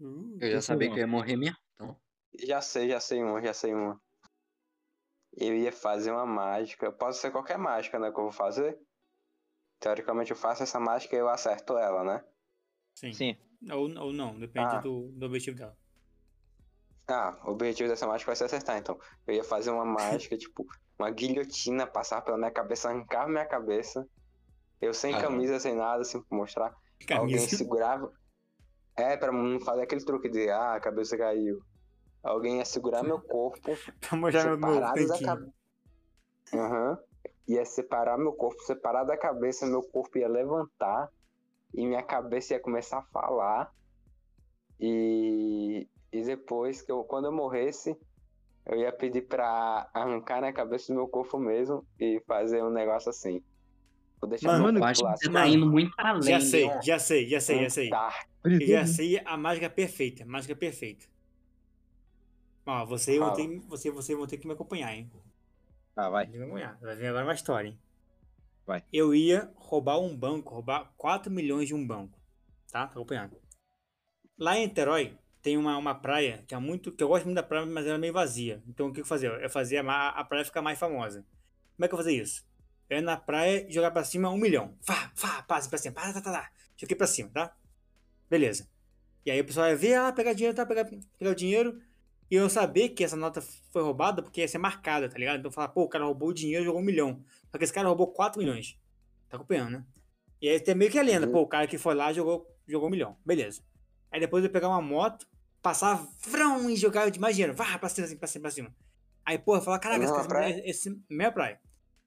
Speaker 1: Uh,
Speaker 5: Eu já
Speaker 3: Esse
Speaker 5: sabia
Speaker 3: não.
Speaker 5: que eu ia morrer mesmo. Então,
Speaker 4: Já sei, já sei uma, já sei uma. Eu ia fazer uma mágica. Pode ser qualquer mágica, né? Que eu vou fazer. Teoricamente eu faço essa mágica e eu acerto ela, né?
Speaker 1: sim.
Speaker 3: Sim.
Speaker 1: Ou, ou não, depende
Speaker 4: Ah.
Speaker 1: do, do objetivo dela.
Speaker 4: Ah, o objetivo dessa mágica vai ser acertar, então. Eu ia fazer uma mágica, tipo, uma guilhotina passar pela minha cabeça, arrancar minha cabeça. Eu sem
Speaker 5: Caramba.
Speaker 4: camisa, sem nada, assim, pra mostrar. Alguém
Speaker 1: <laughs> Camisa.
Speaker 4: segurava. É, pra não fazer aquele truque de, ah, a cabeça caiu. Alguém ia segurar meu corpo,
Speaker 1: pra mostrar meu- meu
Speaker 4: separado da
Speaker 1: tanquinho.
Speaker 4: cabeça. Aham. Ia separar meu corpo, separar da cabeça, meu corpo ia levantar. E minha cabeça ia começar a falar. E, e depois, que eu, quando eu morresse, eu ia pedir pra arrancar na cabeça do meu corpo mesmo e fazer um negócio assim. Vou deixar
Speaker 1: Mano,
Speaker 4: meu
Speaker 5: eu
Speaker 4: corpo
Speaker 5: acho
Speaker 4: lá,
Speaker 5: que você
Speaker 4: assim,
Speaker 5: tá
Speaker 1: mano,
Speaker 5: indo muito além.
Speaker 1: Já sei,
Speaker 5: né?
Speaker 1: já sei, já sei, já sei.
Speaker 4: tá,
Speaker 1: Eu já
Speaker 3: Brisei.
Speaker 1: sei a mágica perfeita, a mágica perfeita. Ó, você, e eu
Speaker 4: Fala.
Speaker 1: vou ter- você, você vão ter que me acompanhar, hein?
Speaker 3: Ah, vai.
Speaker 1: Tem que me acompanhar. Vai vir agora uma história, hein?
Speaker 3: Vai.
Speaker 1: Eu ia roubar um banco, roubar 4 milhões de um banco. Tá? Tá acompanhando. Lá em Niterói tem uma, uma praia que é muito. que eu gosto muito da praia, mas ela é meio vazia. Então o que eu fazia? Eu fazia a, ma- a praia ficar mais famosa. Como é que eu fazia isso? Eu ia na praia e jogar pra cima um milhão. Fá, fá, passe pra cima, pá, tá, tá, tá. Joguei pra cima, tá? Beleza. E aí o pessoal ia ver, ah, pegar dinheiro, tá, pegar, pegar o dinheiro. E eu saber que essa nota foi roubada porque ia ser marcada, tá ligado? Então falar, pô, o cara roubou o dinheiro e jogou um milhão. Só que esse cara roubou 4 milhões. Tá acompanhando, né? E aí tem meio que a lenda,
Speaker 4: Uhum.
Speaker 1: pô, o cara que foi lá jogou, jogou um milhão. Beleza. Aí depois eu pegar uma moto, passar vrão e jogar de mais dinheiro. Vá, pra cima, assim, pra cima, pra cima. Aí, pô, eu falar, caraca, esse,
Speaker 4: Mesma
Speaker 1: cara- é, esse minha praia.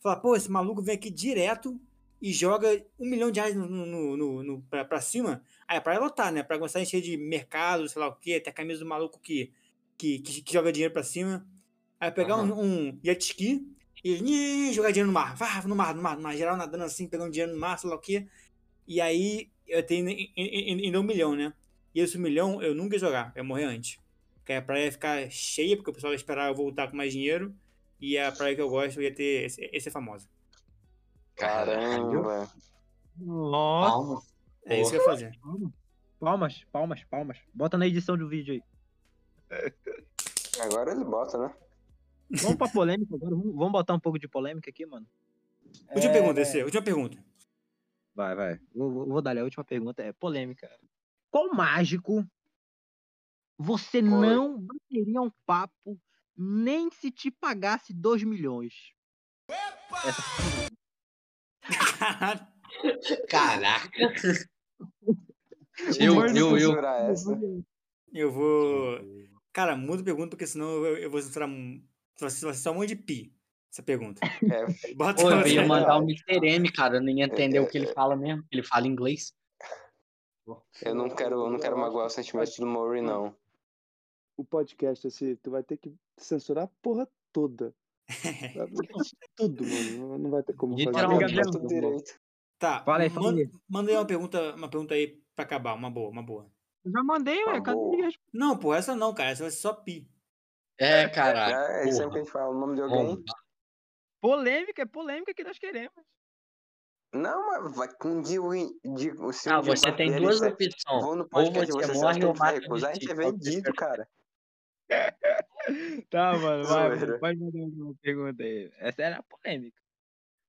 Speaker 1: Falar, pô, esse maluco vem aqui direto e joga um milhão de reais no, no, no, no- no- pra, pra cima. Aí é pra lotar, né? Pra começar a encher de mercado, sei lá o quê, até a camisa do maluco que, que, que, que joga dinheiro pra cima. Aí pegar um- um, jet ski e nhe, jogar dinheiro no mar. Vá, no mar, no mar, no mar. Geral nadando assim, pegando dinheiro no mar, sei lá o quê. E aí eu tenho em- em- em- ainda um milhão, né? E esse milhão eu nunca ia jogar, eu ia morrer antes. Porque a praia ia ficar cheia, porque o pessoal ia esperar eu voltar com mais dinheiro. E a praia que eu gosto ia ter. Esse, esse é famoso.
Speaker 4: Caramba.
Speaker 3: Nossa.
Speaker 5: Calma.
Speaker 1: É isso que eu ia fazer.
Speaker 3: Palmas, palmas, palmas. Bota na edição do vídeo aí.
Speaker 4: Agora ele bota, né?
Speaker 3: Vamos pra polêmica agora. Vamos, vamos botar um pouco de polêmica aqui, mano. É,
Speaker 1: Última
Speaker 3: né?
Speaker 1: pergunta, esse, é última pergunta. <laughs>
Speaker 3: Vai, vai. Vou, vou- vou dar a última pergunta. É polêmica. Qual mágico você não bateria um papo nem se te pagasse 2 milhões?
Speaker 1: Caralho.
Speaker 5: Caraca. Eu,
Speaker 3: Humor do
Speaker 5: eu, eu.
Speaker 4: Censurar essa.
Speaker 1: Eu vou. Cara, muda a pergunta, porque senão eu, eu vou censurar. um- Vai ser vai ser só um monte de pi essa <laughs> pergunta.
Speaker 4: É,
Speaker 1: Bota
Speaker 5: Pô, eu
Speaker 1: outra. <laughs>
Speaker 5: ia mandar o Mr. M, cara. Eu não ia entender o que ele fala mesmo. Ele fala inglês.
Speaker 4: eu não quero, eu não quero magoar o sentimento do Mori, não.
Speaker 2: O podcast, assim, tu vai ter que censurar a porra toda.
Speaker 5: <laughs>
Speaker 2: Tudo, mano. Não vai ter como fazer.
Speaker 5: Literalmente.
Speaker 2: nada,
Speaker 4: Tudo
Speaker 2: não, mano.
Speaker 4: direito.
Speaker 1: Tá,
Speaker 3: Fala aí,
Speaker 1: man-
Speaker 3: fala aí.
Speaker 1: manda aí uma pergunta, uma pergunta aí pra acabar, uma boa, uma boa.
Speaker 3: Já mandei,
Speaker 4: Tá
Speaker 3: ué. Cadê
Speaker 4: boa.
Speaker 3: ele responder?
Speaker 1: Não, pô, essa não, cara, essa vai ser só pi.
Speaker 5: É, caralho.
Speaker 4: É, é sempre que
Speaker 5: porra.
Speaker 4: a gente fala o nome de alguém.
Speaker 5: Bom,
Speaker 3: Polêmica, é polêmica que nós queremos.
Speaker 4: Não, mas vai com de, de, se o
Speaker 5: ah,
Speaker 4: de
Speaker 5: você tem
Speaker 4: bater,
Speaker 5: duas
Speaker 4: você-
Speaker 5: opções.
Speaker 4: Vou no
Speaker 5: Ou
Speaker 4: podcast de
Speaker 5: você
Speaker 4: vocês, você
Speaker 5: morre
Speaker 4: tem
Speaker 5: ou
Speaker 4: que vai
Speaker 5: mata
Speaker 4: recusar, a gente é vendido, cara.
Speaker 3: Tá, mano, vai,
Speaker 4: Zoeira.
Speaker 3: mano. Pode mandar uma pergunta aí. Essa era a polêmica.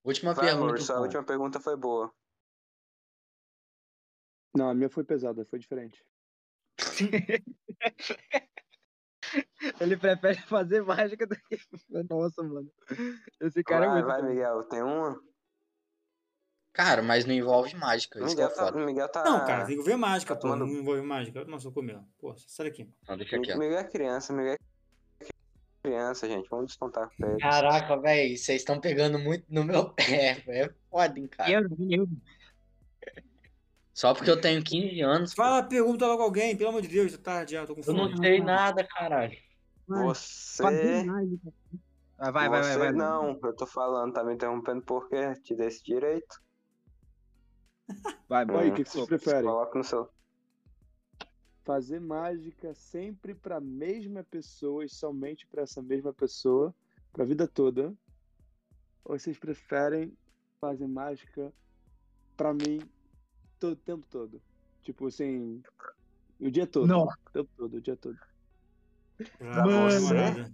Speaker 5: Última
Speaker 4: Vai, amor,
Speaker 5: pergunta.
Speaker 4: sua
Speaker 5: pô.
Speaker 4: última pergunta foi boa.
Speaker 2: Não, a minha foi pesada, foi diferente.
Speaker 3: Ele prefere <laughs> fazer mágica do que. <laughs> Nossa, mano. Esse cara
Speaker 4: vai,
Speaker 3: é muito.
Speaker 4: vai,
Speaker 3: bom.
Speaker 4: Miguel, tem um? uma?
Speaker 5: Cara, mas não envolve mágica. Isso que é
Speaker 4: Miguel tá,
Speaker 5: foda.
Speaker 4: Miguel tá.
Speaker 1: Não, cara, tem que ver mágica,
Speaker 4: tá
Speaker 1: pô.
Speaker 4: tomando-
Speaker 1: Não envolve mágica. Nossa, eu comi, ó. Pô, sai daqui.
Speaker 5: Não, Então, deixa quieto.
Speaker 4: Miguel é criança, Miguel é criança, gente. Vamos descontar com ele.
Speaker 5: Caraca, velho, vocês estão pegando muito no meu pé, <laughs> véi, é foda, hein, cara.
Speaker 3: Dinheiro, dinheiro.
Speaker 5: Só porque eu tenho 15 anos, pô,
Speaker 1: Fala, pergunta logo alguém, pelo amor de Deus, tá tarde, já tô com
Speaker 5: eu não
Speaker 1: fome.
Speaker 5: sei nada, caralho.
Speaker 3: Vai,
Speaker 4: Você.
Speaker 3: fazer mágica. Vai, É. Ah, vai, vai, vai,
Speaker 4: você-
Speaker 3: vai.
Speaker 1: é
Speaker 4: Não, eu tô falando, tá me interrompendo porque te dei esse direito.
Speaker 3: Vai,
Speaker 2: Aí,
Speaker 1: É.
Speaker 3: vai.
Speaker 2: o que, que vocês
Speaker 3: Pô,
Speaker 2: preferem?
Speaker 4: Coloca no seu.
Speaker 2: Fazer mágica sempre pra mesma pessoa e somente pra essa mesma pessoa, pra vida toda? Ou vocês preferem fazer mágica pra mim todo o tempo todo? Tipo, assim, o dia todo.
Speaker 3: Não.
Speaker 2: O tempo todo, o dia todo.
Speaker 1: Pra Tá
Speaker 3: Mano.
Speaker 1: minha namorada. Pra minha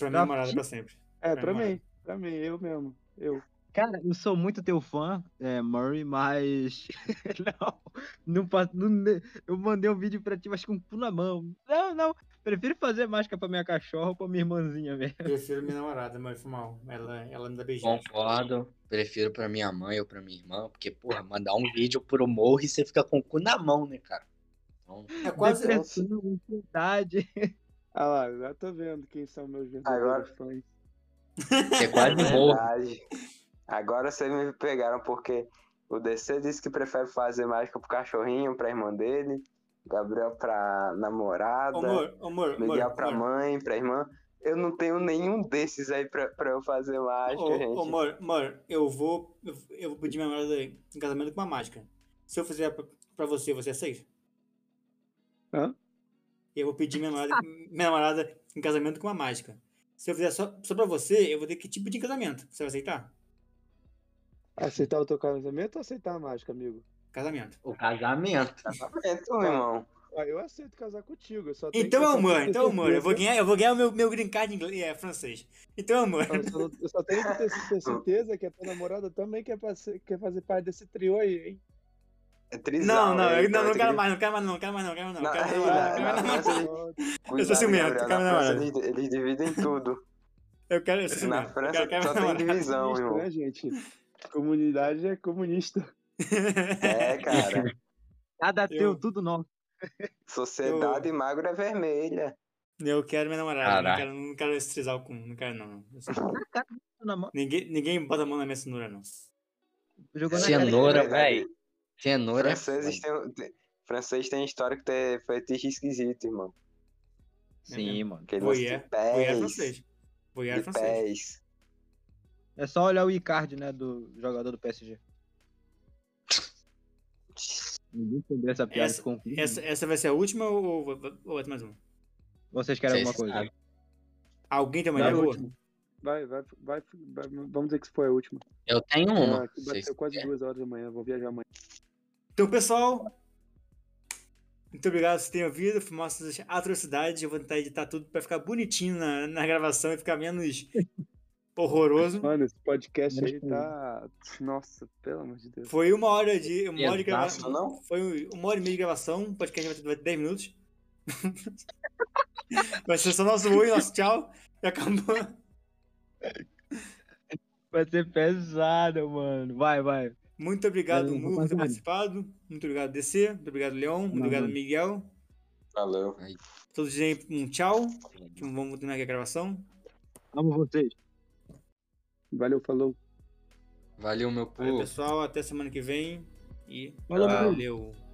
Speaker 3: Pra
Speaker 1: namorada
Speaker 3: ti?
Speaker 1: pra sempre. <laughs>
Speaker 2: É,
Speaker 1: Pra
Speaker 2: pra
Speaker 1: mim.
Speaker 2: mim, pra mim, eu mesmo. Eu.
Speaker 3: Cara, eu sou muito teu fã, é, Murray, mas. <laughs> não, não, pa- não. ne- Eu mandei um vídeo pra ti, mas com o cu na mão. Não, não. Prefiro fazer mágica pra minha cachorra ou pra minha irmãzinha, velho.
Speaker 1: Prefiro minha namorada, mas foi mal. Ela, ela me dá beijinho.
Speaker 5: Concordo, prefiro pra minha mãe ou pra minha irmã, porque, porra, mandar um vídeo pro morro e você fica com o cu na mão, né, cara? Então,
Speaker 1: É quase.
Speaker 3: Depressão, ansiedade.
Speaker 2: Ah lá, agora tô vendo quem são meus
Speaker 4: Agora-
Speaker 2: verdadeiros fãs.
Speaker 5: é quase morro.
Speaker 4: Verdade. Agora vocês me pegaram porque o DC disse que prefere fazer mágica pro cachorrinho, pra irmã dele, Gabriel pra namorada,
Speaker 1: Ô, amor, ô, amor,
Speaker 4: Miguel
Speaker 1: amor,
Speaker 4: né? pra
Speaker 1: amor.
Speaker 4: mãe, pra irmã. Eu não tenho nenhum desses aí pra, pra eu fazer mágica,
Speaker 1: Ô,
Speaker 4: gente.
Speaker 1: ô, amor, amor, eu vou. Eu, eu vou pedir minha namorada em casamento com uma mágica. Se eu fizer pra, pra você, você aceita?
Speaker 2: Hã?
Speaker 1: Eu vou pedir minha namorada, minha namorada em casamento com uma mágica. Se eu fizer só, só pra você, eu vou ter que te pedir em casamento. Você vai aceitar?
Speaker 2: Aceitar o teu casamento ou aceitar a mágica, amigo?
Speaker 1: Casamento.
Speaker 5: O casamento.
Speaker 4: Casamento,
Speaker 1: tá.
Speaker 4: meu É irmão.
Speaker 2: Ah, eu aceito casar contigo. eu só tenho-
Speaker 1: Então,
Speaker 2: eu só
Speaker 1: amor,
Speaker 2: tenho que ter
Speaker 1: então, amor, eu vou
Speaker 2: certeza-
Speaker 1: ganhar, eu vou ganhar o meu, meu green card inglês, é, francês. Então, amor.
Speaker 2: Eu só, não- eu só tenho que ter, ter certeza que a tua namorada também quer, passe- quer fazer parte desse trio aí, hein?
Speaker 4: É trisal,
Speaker 1: Não, não,
Speaker 4: né?
Speaker 1: eu não,
Speaker 4: Então,
Speaker 1: não
Speaker 4: tem
Speaker 1: quero
Speaker 4: que-
Speaker 1: mais, não quero mais, não quero mais, não quero mais, não.
Speaker 4: Não,
Speaker 1: Quero mais, não,
Speaker 4: aí,
Speaker 1: quero
Speaker 4: não,
Speaker 1: mais, não.
Speaker 4: não.
Speaker 1: Eu sou
Speaker 4: Cuidado,
Speaker 1: ciumento,
Speaker 4: Gabriel,
Speaker 1: calma,
Speaker 4: na França
Speaker 1: namorada.
Speaker 4: eles, eles dividem tudo.
Speaker 1: Eu quero isso.
Speaker 4: Na
Speaker 1: mesmo, eu
Speaker 4: França
Speaker 1: quero- quero
Speaker 4: só
Speaker 1: mais
Speaker 4: tem
Speaker 1: namorada.
Speaker 4: divisão,
Speaker 2: Comunista,
Speaker 1: <laughs>
Speaker 4: irmão.
Speaker 2: né, gente? Comunidade é comunista.
Speaker 4: É, cara.
Speaker 3: Nada
Speaker 1: Eu-
Speaker 3: teu, tudo nosso.
Speaker 4: Sociedade magra é vermelha.
Speaker 1: Eu quero minha namorada, não
Speaker 5: Caraca.
Speaker 1: quero, não quero estresar com. Não quero, não. não. Eu sou-
Speaker 3: Na mão.
Speaker 1: ninguém, ninguém bota a mão na minha cenoura, não.
Speaker 3: Jogou na cara.
Speaker 5: Cenoura,
Speaker 4: Verdade.
Speaker 5: velho. Cenoura é foda.
Speaker 4: Franceses têm, tem- francês tem história que tem fetiche esquisito, irmão.
Speaker 1: É
Speaker 3: Sim, mano.
Speaker 4: Que eles de
Speaker 1: Voyeur. Voyeur é
Speaker 4: pés.
Speaker 1: francês. Voyeur é
Speaker 4: De
Speaker 1: francês.
Speaker 4: pés.
Speaker 3: É só olhar o Icardi, né, do jogador do PSG. Ninguém entendeu essa piada.
Speaker 1: Essa-
Speaker 3: ficou um-
Speaker 1: Essa, essa vai ser a última ou, ou, ou vai ter mais uma?
Speaker 3: Vocês querem
Speaker 5: Vocês
Speaker 3: alguma coisa?
Speaker 5: sabem.
Speaker 1: Alguém tem uma
Speaker 2: Vai,
Speaker 1: ideia É, boa?
Speaker 2: último. Tá vai, vai, vai, vai- Vamos dizer que isso foi a última.
Speaker 5: Eu tenho
Speaker 2: Ah,
Speaker 5: uma.
Speaker 2: aqui
Speaker 5: vocês
Speaker 2: bateu quase
Speaker 5: querem?
Speaker 2: duas horas da manhã, vou viajar amanhã.
Speaker 1: Então, pessoal, muito obrigado por vocês terem ouvido. Foi nossas atrocidades. Eu vou tentar editar tudo pra ficar bonitinho na, na gravação e ficar
Speaker 4: <laughs>
Speaker 1: menos horroroso.
Speaker 2: Mano, esse podcast aí tá. Nossa, pelo amor de Deus.
Speaker 1: Foi uma hora de. Uma hora de
Speaker 5: Exato.
Speaker 1: gravação.
Speaker 4: Não?
Speaker 1: Foi uma hora e meia de gravação. O podcast vai ter- vai ter 10 minutos. <laughs> Vai ser só nosso oi, nosso tchau. E acabou.
Speaker 3: Vai ser pesado, mano. Vai, vai.
Speaker 1: Muito obrigado,
Speaker 3: Valeu,
Speaker 1: Mu, por ter
Speaker 3: rapaziada.
Speaker 1: participado. Muito obrigado, DC. Muito obrigado, Leon. Muito obrigado,
Speaker 3: Valeu.
Speaker 1: Miguel.
Speaker 4: Valeu.
Speaker 1: Todos dizem um tchau. que Vamos terminar aqui a gravação.
Speaker 3: Amo vocês.
Speaker 2: Valeu, falou.
Speaker 5: Valeu, meu
Speaker 1: Valeu,
Speaker 5: povo.
Speaker 1: pessoal. Até semana que vem. E
Speaker 3: Valeu,
Speaker 1: valeu.